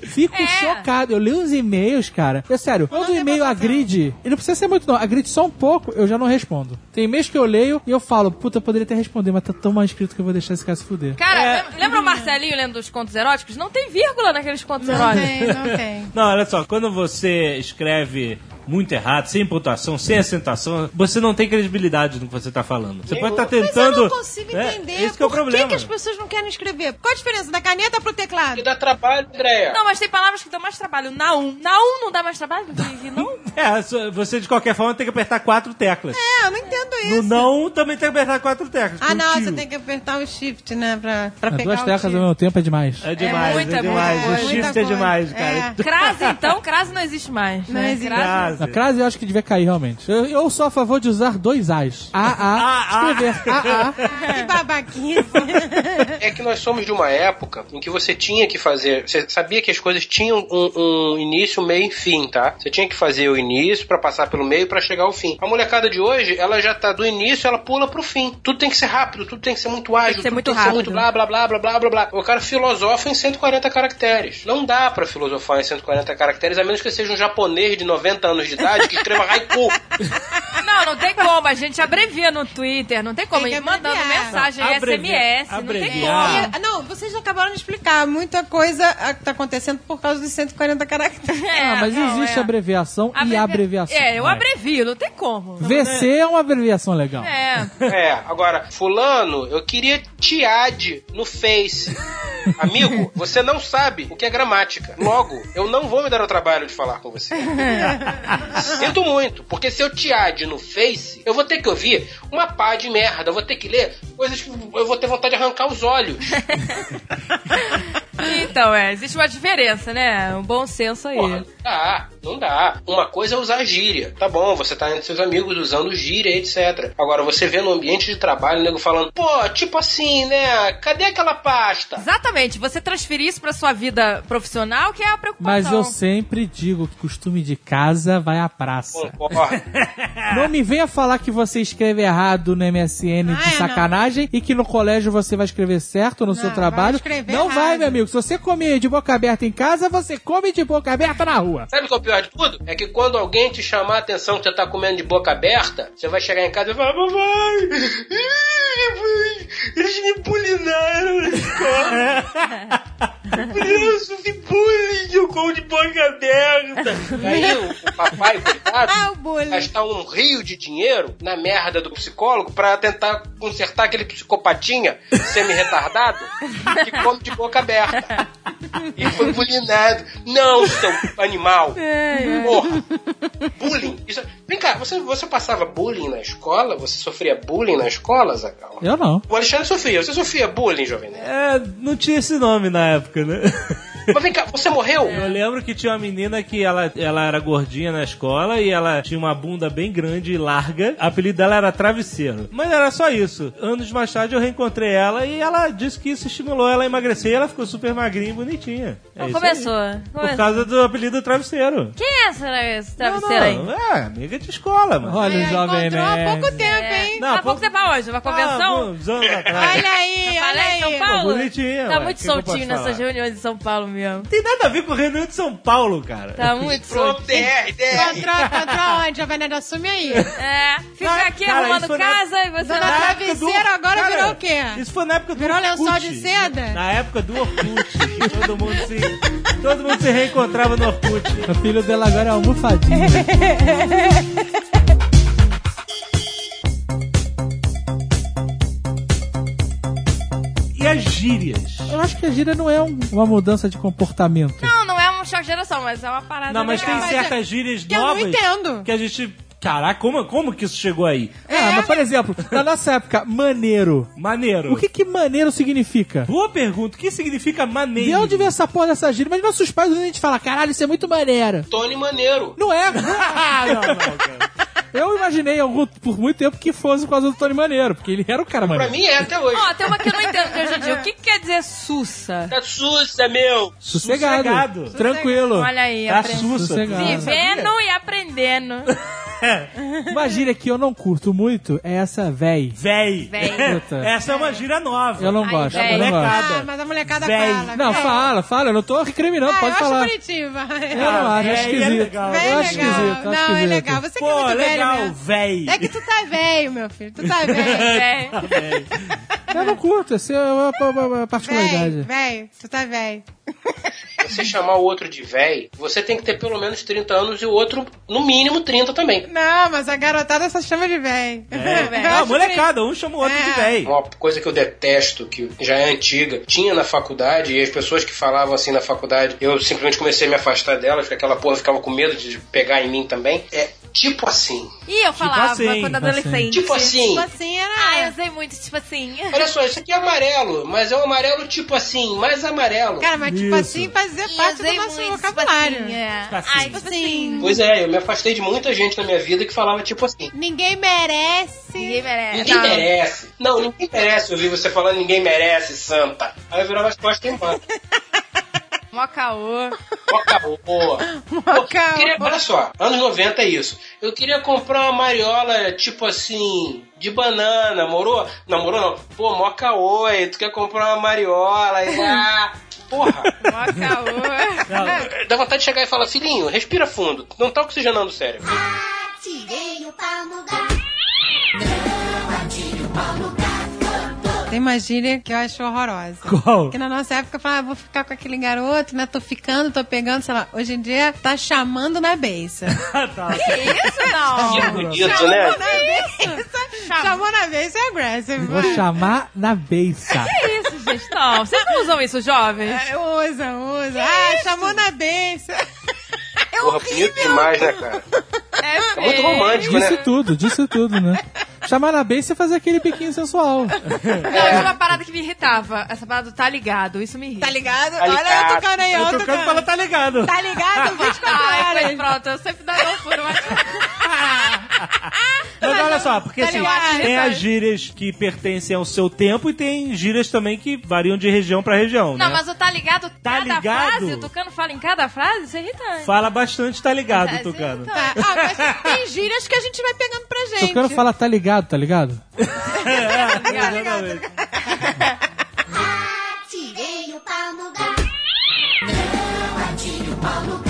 Fico
É.
chocado. Eu li os e-mails, cara. É sério, quando o e-mail agride, e não precisa ser muito, não. Agride só um pouco, eu já não respondo. Tem e-mails que eu leio e eu falo, puta, eu poderia até responder, mas tá tão mal escrito que eu vou deixar esse cara se fuder.
Cara, lembra- lembra o Marcelinho lendo dos contos eróticos? Não tem vírgula naqueles contos
Não
eróticos.
tem, não tem.
Não, olha só, quando você escreve muito errado, sem pontuação, sem acentuação, você não tem credibilidade no que você tá falando. Você pode estar
Mas eu
tentando.
não consigo
É,
entender
esse que é o
por
problema.
que, que as pessoas não querem escrever. Qual a diferença da caneta pro teclado?
Que dá trabalho, Andréia.
Não, mas tem palavras que dão mais trabalho. Na um. Na um não dá mais trabalho do que que não?
É, so- você de qualquer forma tem que apertar quatro teclas.
É, eu não entendo
No
isso.
não também tem que apertar quatro teclas.
Ah, não,
tio.
você tem que apertar o shift, né, pra, pra
Ah,
pegar
Duas
o
teclas ao
shift.
mesmo tempo é demais.
É demais, é,
muita, muita
demais.
coisa,
o
muita
shift é
coisa.
demais,
É.
cara.
Crase, então, crase não existe mais.
Não
né?
existe.
Crase.
A crase eu acho que devia cair, realmente. Eu, eu sou a favor de usar dois A's.
Ah,
A, A, escrever. A, A.
Que babaquice.
É que nós somos de uma época em que você tinha que fazer. Você sabia que as coisas tinham um, um início, meio e fim, tá? Você tinha que fazer o início pra passar pelo meio pra chegar ao fim. A molecada de hoje, ela já tá do início, ela pula pro fim. Tudo tem que ser rápido, tudo tem que ser muito ágil,
que ser
tudo
muito
tem
rápido.
que ser muito blá blá blá blá blá blá blá. O cara filosofa em 140 caracteres. Não dá pra filosofar em 140 caracteres, a menos que seja um japonês de 90 anos de idade que escreva haiku.
Não, Ah, Não, não tem como. A gente abrevia no Twitter. Não tem como.
Tem que
ir mandando
abreviar.
mensagem,
Abrevia-
SMS. Não tem como.
abreviar.
E- não, vocês acabaram de explicar. Muita coisa ah, tá acontecendo por causa dos 140 caracteres.
É,
Ah, mas
não,
existe
é.
abreviação e
Abrevia-
abreviação.
É, eu
Vai.
abrevio. Não tem como.
VC é uma abreviação legal.
É.
É, agora, fulano, eu queria te ad no Face. Amigo, você não sabe o que é gramática. Logo, eu não vou me dar o trabalho de falar com você. Sinto muito, porque se eu te ad no Face, eu vou ter que ouvir uma pá de merda. Eu vou ter que ler coisas que eu vou ter vontade de arrancar os olhos.
Então, é, existe uma diferença, né? Um bom senso aí.
Porra, não dá, não dá. Uma coisa é usar gíria. Tá bom, você tá entre seus amigos usando gíria, etc. Agora, você vê no ambiente de trabalho o nego falando, pô, tipo assim, né? Cadê aquela pasta?
Exatamente, você transferir isso pra sua vida profissional, que é a preocupação.
Mas eu sempre digo que costume de casa vai à praça.
Concordo.
Não me venha falar que você escreve errado no MSN
Ah,
de
é,
sacanagem e que no colégio você vai escrever certo no seu
vai
trabalho.
escrever
Não vai,
errado.
meu amigo. Se você comer de boca aberta em casa, você come de boca aberta na rua.
Sabe o que é o pior de tudo? É que quando alguém te chamar a atenção que você tá comendo de boca aberta, você vai chegar em casa e vai falar, mamãe, ih, eles me bulinaram na escola. Criança, eu fiz bullying, eu como de boca aberta. Aí o papai, coitado,
Ah, o bullying.
gastar um rio de dinheiro na merda do psicólogo pra tentar consertar aquele psicopatinha semi-retardado que come de boca aberta. E foi bulinado. Não, seu animal!
É,
Porra! Bullying! Isso- é- Vem cá, você, você passava bullying na escola? Você sofria bullying na escola, Zagal?
Eu não.
O Alexandre sofria. Você sofria bullying, jovem? Nerd?
É, não tinha esse nome na época, né?
Mas vem cá, você morreu?
É, Eu lembro que tinha uma menina que ela, ela era gordinha na escola e ela tinha uma bunda bem grande e larga. O apelido dela era Travesseiro. Mas era só isso. Anos mais tarde eu reencontrei ela e ela disse que isso estimulou ela a emagrecer e ela ficou super magrinha e bonitinha. É
Então
isso
começou.
aí.
começou.
Por causa do apelido Travesseiro.
Quem é essa, essa travesseira
não,
aí?
não, é amiga de escola, mano.
Olha,
Aí,
o
ó,
jovem
É, Encontrou há pouco
nerd.
tempo,
É.
hein?
Não,
Há pouco
pouco-
tempo aonde? Uma
Ah,
convenção?
uns anos atrás.
Olha aí,
Eu
olha
falei
aí.
em São Paulo?
bonitinha,
tá
ué,
muito
que que eu posso
soltinho nessas
falar?
reuniões de São Paulo mesmo.
Tem nada a ver com o Reino de São Paulo, cara.
Tá muito
Pronto,
soltinho.
DR, DR.
Encontrou, encontrou onde? Jovem Nerd, assume aí.
É, fica
Cara,
aqui
cara,
arrumando
isso é- na-
casa e você
Dona
não...
Flávia-
época do-
Travesseiro agora virou o quê?
Isso foi na época do
Virou
Orkut.
lençol de seda?
Na época do Orkut. que todo, mundo se, todo mundo se reencontrava no Orkut.
O filho dela agora é almofadinha.
E as gírias?
Eu acho que a gíria não é um- uma mudança de comportamento.
Não, não é um choque de geração, mas é uma parada
Não, mas tem
legal.
mas
certas gírias
que é eu não
novas...
entendo.
Que a gente... Caraca, como, como que isso chegou aí?
É,
Ah, mas por exemplo, na nossa época, maneiro.
Maneiro.
O que que maneiro significa?
Boa pergunta. O que significa maneiro?
De onde vem essa porra dessa gíria? Mas nossos pais, a gente fala, caralho, isso é muito maneiro.
Tony Maneiro.
Não é? Eu imaginei algum- por muito tempo que fosse por causa do Tony Maneiro, porque ele era o cara
Pra
maneiro.
mim é até hoje.
Ó, tem uma que eu não entendo, que eu já digo. O que, que quer dizer sussa?
Tá sussa, meu!
Sossegado,
Sossegado.
Tranquilo.
Olha aí,
Tá
aprendi.
sussa.
Sossegado.
tu-
Vivendo e aprendendo.
Uma gíria que eu não curto muito é essa véi.
Véi.
Véi.
Puta.
Essa é uma gíria nova.
Eu não
Ai,
gosto,
véi.
eu não gosto.
Ah, mas a molecada
Véi.
fala.
Não,
véi.
fala, fala, eu não tô recriminando,
Ah,
pode
eu
falar.
acho bonitinho, vai.
Eu não acho,
véi
acho
é
esquisito.
legal.
Véi,
Eu acho
legal.
esquisito, eu acho
Não, é
esquisito.
legal. Você que é
Pô,
muito velho
legal,
mesmo.
véi.
É que tu tá velho, meu filho. Tu tá velho.
É.
Eu não curto, essa é uma, uma- uma
Velho,
particularidade.
velho. Tu tá velho.
Você chamar o outro de véi, você tem que ter pelo menos 30 anos e o outro, no mínimo, 30 também.
Não, mas a garotada só chama de velho.
É. Não, molecada, um chama o outro de
É.
véi.
Uma coisa que eu detesto, que já é antiga, tinha na faculdade, e as pessoas que falavam assim na faculdade, eu simplesmente comecei a me afastar delas, porque aquela porra ficava com medo de pegar em mim também. É tipo assim.
Ih, eu falava
assim,
quando adolescente.
Tipo assim.
Tipo assim, era...
Ah, eu usei muito, tipo assim.
Olha só, isso aqui é amarelo, mas é um amarelo tipo assim, mais amarelo.
Cara, mas tipo
Isso.
assim fazia parte do nosso vocabulário.
Tipo assim, é.
assim.
Ai, tipo assim.
Pois é, eu me afastei de muita gente na minha vida que falava tipo assim.
Ninguém merece.
Ninguém merece.
Ninguém
assim, É, tá. Não.
merece. Não, ninguém merece ouvir você falando ninguém merece, santa. Aí eu virava as costas e embora.
Mó caô.
Acabou.
Moca-
Queria- olha só, anos 90 é isso. Eu queria comprar uma mariola, tipo assim, de banana, morou? Não, morou não. Pô, mó caô, e tu quer comprar uma mariola e lá. Porra,
Mó caô.
dá vontade de chegar e falar, filhinho, respira fundo, não tá oxigenando o cérebro.
Atirei o pau no gato.
Tem uma gíria que eu acho horrorosa.
Qual?
Que na nossa época falava, ah, vou ficar com aquele garoto, né? Tô ficando, tô pegando, sei lá. Hoje em dia tá chamando na beça.
Isso não!
Bonito,
É.
né?
na beça? Chamou na beça é aggressive.
Vou
vai.
chamar na beiça.
Que isso, gente? Não, vocês não usam isso, jovens?
É, Usa, usa. ah, chamou na beça. É
Porra, bonito demais, né, cara? É muito romântico, né?
Disse tudo, disse tudo, né? Chamar na beiça e fazer aquele biquinho sensual.
Não, tinha uma parada que me irritava. Essa parada do tá ligado, isso me irrita.
Tá ligado?
Tá
Olha eu
ligado.
tocando aí,
Eu
ó,
tô tocando pra ela tá ligado.
Tá ligado? 24
Ah,
horas.
é, pronto, eu sempre dava um furo, mas...
Mas olha só, porque
tá
assim,
ligado,
tem
sabe?
as gírias que pertencem ao seu tempo e tem gírias também que variam de região pra região,
Não,
né?
mas o tá ligado,
Tá
cada
ligado?
frase, o Tucano fala em cada frase, isso é irritante.
Fala bastante, tá ligado,
Mas é
Tucano.
irritante.
Tá. Ah, mas tem gírias que a gente vai pegando pra gente.
Tocando fala, tá ligado, tá ligado?
Exatamente.
Atirei o pau no gato. Não atire o pau no gato.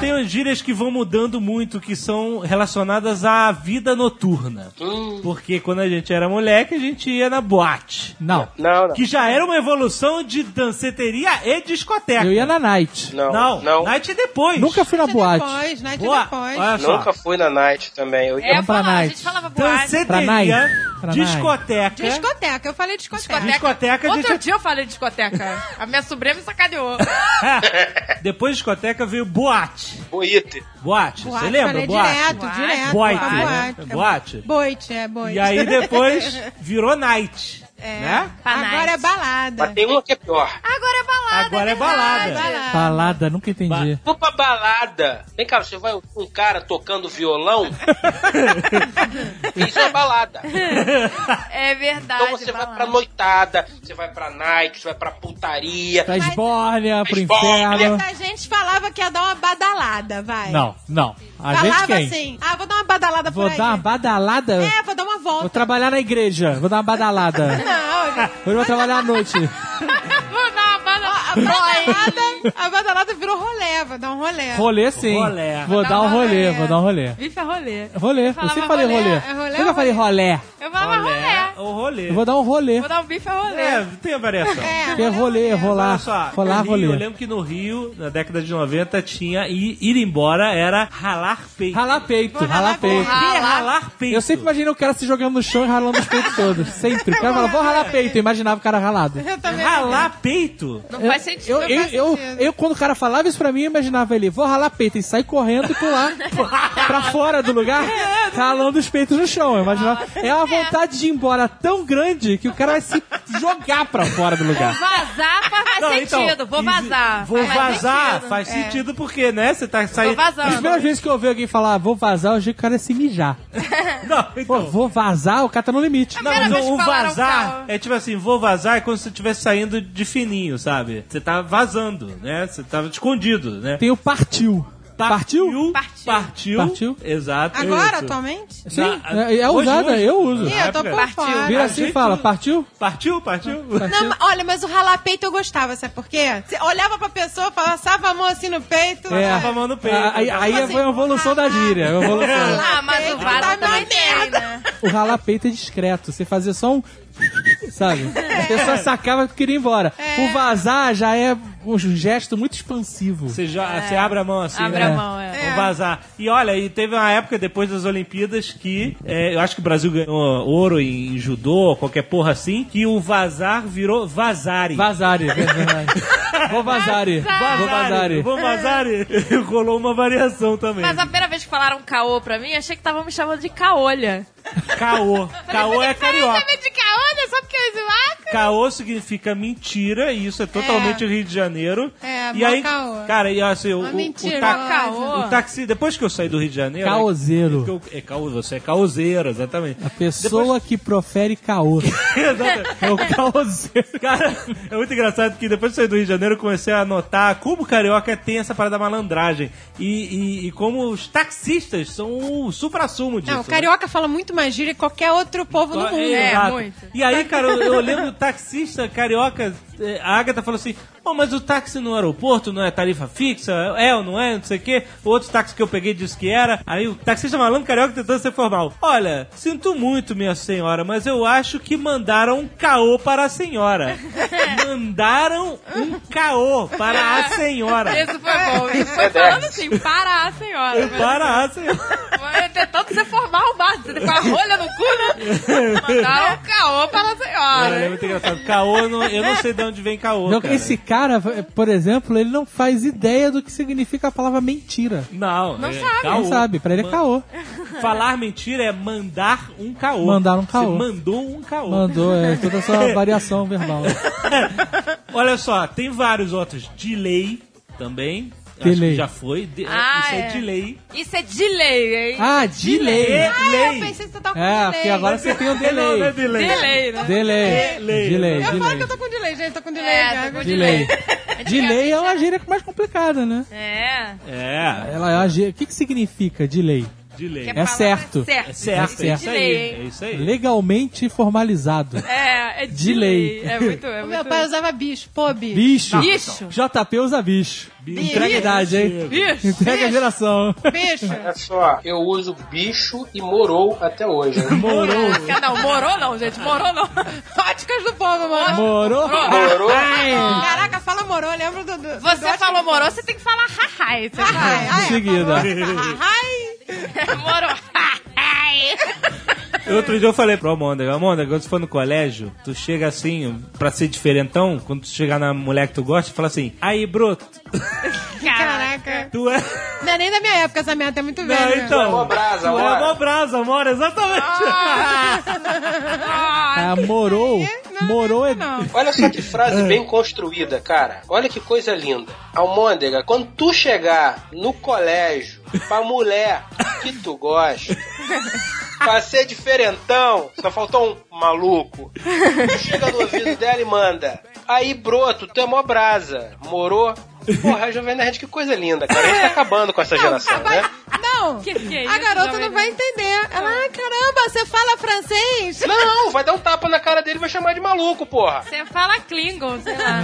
Tem as gírias que vão mudando muito, que são relacionadas à vida noturna.
Hum.
Porque quando a gente era moleque, a gente ia na boate.
Não.
Não, não.
Que já era uma evolução de danceteria e discoteca.
Eu ia na night.
Não,
Não,
não.
night depois.
Nunca fui na
Night
boate.
Depois, night
Boa.
depois.
Olha só.
Nunca fui na night também. Eu
É,
ia
eu
pra Então,
falava, a
night.
gente falava boate.
Pra
Danceteria,
night. Pra night.
discoteca.
Discoteca, eu falei discoteca.
Discoteca,
Outro
é-
discoteca.
dia eu falei discoteca. A minha sobrinha me sacaneou.
É. Depois de discoteca veio boate.
boite.
Boate,
Boate,
você lembra?
falei
Boate.
direto, direto.
Boite,
pra
né?
boate.
Boate.
Boite, é boite.
E aí depois virou night. Né?
Pra
Agora é
night.
Mas
balada.
tem uma que é pior.
Agora é balada.
Agora é
É
balada.
balada.
Balada, nunca entendi.
Vou pra balada. Vem cá, você vai com um cara tocando violão? Isso é balada.
É verdade.
Então você vai pra
balada.
noitada, você vai pra night, você vai pra putaria.
Pra esbórnia, pro
Esbórnia.
inferno.
Mas a gente falava que ia dar uma badalada, vai.
Não, não. A gente
Falava
quem?
assim, ah, vou dar uma badalada
Vou
por aí.
dar uma badalada.
É, vou dar uma
Vou
volta.
trabalhar na igreja. Vou dar uma badalada.
Não, gente.
Hoje eu vou trabalhar à noite.
Vou dar uma banda.
a badalada, a badalada virou rolê, vou dar um rolê.
Rolê sim.
Rolé.
Vou dar um rolê, vou dar um rolê.
Vife é rolê.
Rolê, eu
Falava
sempre falei
rolê,
rolê.
é rolê
Eu nunca
ou
falei rolê.
Eu falava rolê.
É, O rolê.
Eu vou dar um rolê.
Vou dar um bife é rolê.
É, tem a variação.
É,
Que é rolê,
Olha
rolar.
só,
Rolar,
no Rio, eu
rolê.
lembro que no Rio, na década de 90, tinha e ir embora era ralar peito.
Ralar peito, ralar
Por
peito.
que é ralar peito?
Eu sempre imaginei o cara se jogando no chão e ralando os peitos todos. Sempre. O cara falava, vou ralar peito. Eu imaginava o cara ralado.
eu também.
Ralar peito?
Não faz sentido.
Eu, eu,
faz
eu,
sentido.
eu, quando o cara falava isso pra mim, eu imaginava ele, vou ralar peito e sai correndo e pular pra fora do
É,
lugar, ralando os peitos no chão. Eu imaginava. É uma vontade de ir embora tão grande que o cara vai se jogar pra fora do lugar.
Vazar faz mais
Não, então,
sentido. vou
e-
vazar.
Vou
Faz mais
vazar,
sentido.
faz
É.
sentido porque, né? Você tá
Tô
saindo.
As
vazando.
primeiras vezes que eu ouvi alguém falar, vou vazar, eu achei que o cara ia se mijar.
Não,
Pô,
então.
vou vazar, o cara tá no limite.
Não,
primeira
mas
vez
o,
que
o
falaram,
vazar
fala.
é tipo assim, vou vazar é quando você estiver saindo de fininho, sabe? Você tá vazando, né? Você tava escondido, né?
Tem o partiu. Partiu?
Partiu.
Partiu.
Partiu.
Partiu.
Exato.
Agora,
isso.
atualmente?
Sim,
Na-
é, é
hoje,
usada,
hoje?
eu uso.
Na
Ih, eu tô
época-
por fora.
Vira
a
assim e
gente-
fala, partiu?
Partiu, partiu.
Não, mas olha, mas o ralar peito eu gostava, sabe por quê? Você olhava pra pessoa, passava a mão assim no peito.
É.
Tava a mão no Tá peito. Tipo assim, ah,
Ah, Aí, aí foi a evolução da gíria. a
É.
evolução.
Ah, mas
Tem
o
que
vazar
dar "Tá na
também tem,
merda.
né?
O ralar peito é discreto. Você fazia só um. Sabe? A
É.
pessoa sacava que queria ir embora. O vazar já é um gesto muito expansivo.
Você, já, você abre a mão assim,
É. Abre
né?
a mão, é.
Vou vazar. E olha, e teve uma época depois das Olimpíadas que é, eu acho que o Brasil ganhou ouro em, em judô, qualquer porra assim, que o vazar virou vazare.
Vazare, é verdade. Vou vazare. Vou vazare.
Vou vazare. Rolou uma variação também.
Mas a primeira vez que falaram caô pra mim, achei que estavam me chamando de caolha.
Caô. Caô é carioca.
Também de caolha, só porque eu esmaco.
Caô significa mentira, e isso é totalmente Rio de Janeiro.
É,
e
mó
aí,
caô.
cara, e assim, o,
Uma
o, o,
mentira.
ta-
Caô.
o taxi, depois que eu saí do Rio de Janeiro.
Caoseiro.
é que eu- É, caô, você é caoseiro, exatamente.
A pessoa que profere caô.
Exatamente.
É o caoseiro.
Cara, é muito engraçado que depois que eu saí do Rio de Janeiro, eu comecei a notar como o carioca tem essa parada da malandragem. E, e- e como os taxistas são o supra-sumo disso.
Não, o
né?
carioca fala muito mais gíria que qualquer outro povo no mundo.
É,
Exato.
muito.
E aí, cara, eu, eu lembro do taxista carioca, eh, a Agatha falou assim: Pô, mas o táxi no aeroporto não é tarifa fixa? É ou não é? Não sei o quê. O outro táxi que eu peguei disse que era. Aí o taxista malandro carioca tentando ser formal. Olha, sinto muito, minha senhora, mas eu acho que mandaram um caô para a senhora. mandaram um caô para a senhora.
Isso foi bom. Ele foi falando assim, para a senhora.
Para a senhora.
Foi tentando ser formal o básico. Você com a rolha no cu, né? Mandaram um caô para a senhora.
Olha, é muito engraçado. Caô, não- eu não sei de onde vem caô.
Não,
cara.
esse cara, por exemplo, ele não faz ideia do que significa a palavra mentira.
Não,
Não
é
sabe.
caô.
Não sabe, pra ele é
Man-
caô.
Falar mentira é mandar um caô.
Mandar um caô.
Você mandou um caô.
Mandou é, toda essa variação verbal.
Olha só, tem vários outros. Delay também. Acho
Delay.
que já foi. De-
Ah,
isso é,
é.
delay. É
Isso é delay, hein?
Ah, delay.
Eu
Delay.
pensei que você tava com
É,
delay.
porque agora você tem um
Não, não é delay.
delay.
Delay, né?
Delay.
Delay.
Delay.
Eu falo que
é Delay.
eu tô com delay, gente. Tô com delay.
É,
cara.
tô com
Delay. Delay é uma gíria mais complicada, né?
É.
É,
Ela é uma gíria. O que, que significa delay?
delay.
Que
É
É
palavra
certo.
certo, é,
certo.
isso aí.
Delay, hein?
É isso aí.
Legalmente formalizado.
É, é delay.
Delay.
É muito, é
O
muito.
meu pai usava bicho, pô, bicho.
Bicho.
Bicho.
JP usa bicho.
Bicho.
Entrega a idade, hein?
Bicho.
Entrega a geração.
Bicho.
Olha só, eu uso bicho e morou até hoje. né?
Morou.
Ah, Não, morou não, gente. Morou não. Óticas do povo, morou.
Morou.
Morou.
Caraca, fala morou, lembra do... do do
Você
ótimo-
falou morou, você tem que falar ha-hai. Você
Ai,
Em
ai,
seguida.
fala, morou. ha-hai.
Outro dia eu falei pro Amanda, Amanda, quando você for no colégio, tu chega assim, pra ser diferentão, quando tu chegar na mulher que tu gosta, fala assim, aí, broto,
Caraca.
tu é...
Não é nem da minha época, essa merda é muito
Não,
velha.
então...
é mó brasa,
tu é
mora.
mó brasa, mora, exatamente.
Ah,
Ah, morou. Morou é.
Olha só que frase bem construída, cara. Olha que coisa linda. Almôndega, quando tu chegar no colégio pra mulher que tu gosta, pra ser diferentão, só faltou um maluco. Tu chega no ouvido dela e manda. Aí, broto, tu é mó brasa. Morou? Porra, Jovem Nerd, que coisa linda, cara. A gente tá acabando com essa geração, né?
Não,
Que que é
a
isso,
garota
jovem
não vai entender. Ela, ah, caramba, você fala francês?
Não, vai dar um tapa na cara dele e vai chamar de maluco, porra.
Você fala Klingon, sei lá.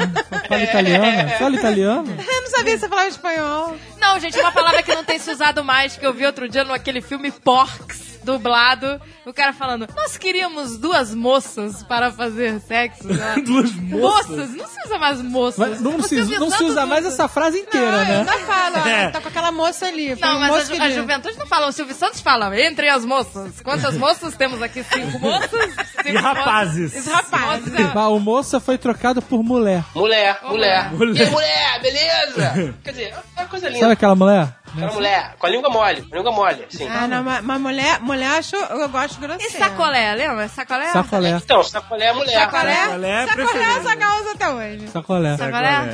Fala italiano. Fala italiano.
Eu não sabia que você falava espanhol.
Não, gente, uma palavra que não tem se usado mais, que eu vi outro dia naquele filme Porks, dublado, o cara falando, nós queríamos duas moças para fazer sexo. sei lá.
Duas
moças?
moças.
Não se usa mais moças.
Mas não, se, não se usa mais essa frase inteira,
Não, eu
né?
não falo. ó,
É.
Tá com aquela moça ali. Foi
Não,
um
mas a,
moço
ju-
que
a
diz.
juventude não fala. O Silvio Santos fala, entrem as moças. Quantas moças? Temos aqui cinco moças. Cinco
rapazes.
moças. E rapazes. é.
Ah, O moça foi trocado por mulher.
Mulher, mulher.
Mulher.
E aí, mulher, beleza? Quer dizer, é uma coisa linda.
Sabe aquela mulher?
Aquela mulher, com a língua mole, com a língua mole, assim. sim.
Ah, não, mas, mas mulher, mulher eu acho, eu gosto grosseira.
E sacolé, lembra? Sacolé?
Sacolé.
Então, sacolé é mulher.
Sacolé
Sacolé?
é
Sacolé, sacolé
preferida.
eu só causa até hoje.
Sacolé.
Sacolé?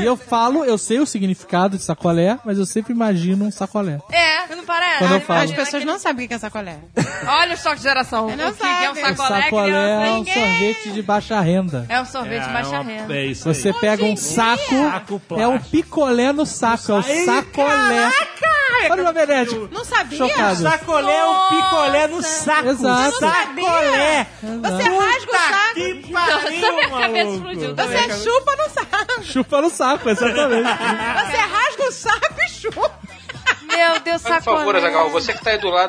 E eu falo, eu sei o significado de sacolé, mas eu sempre imagino um sacolé.
É, não parece?
Quando eu
Ai,
falo.
As
imagina
pessoas não sabem o que é sacolé.
aquele- Olha o choque de geração.
Não
o que que é um
sabe.
O
sacolé,
sacolé
criança?
é um
Ninguém-
sorvete de baixa renda.
É um sorvete de baixa renda.
É isso aí.
Você pega um saco,
Saco plástico.
é um picolé no saco, é o
Aí,
sacolé. Olha o Jovem Nerd.
Não sabia?
Chocado.
Sacolé é um picolé no saco.
Exato.
Sacolé.
Você rasga o
Puta
saco.
que
Só minha
pariu,
cabeça
maluco.
explodiu. é-
Você chupa no saco.
Chupa no saco, exatamente.
Você rasga o saco e chupa.
Meu Deus,
Por
sacolé.
favor, Azagal, um você que tá aí do lado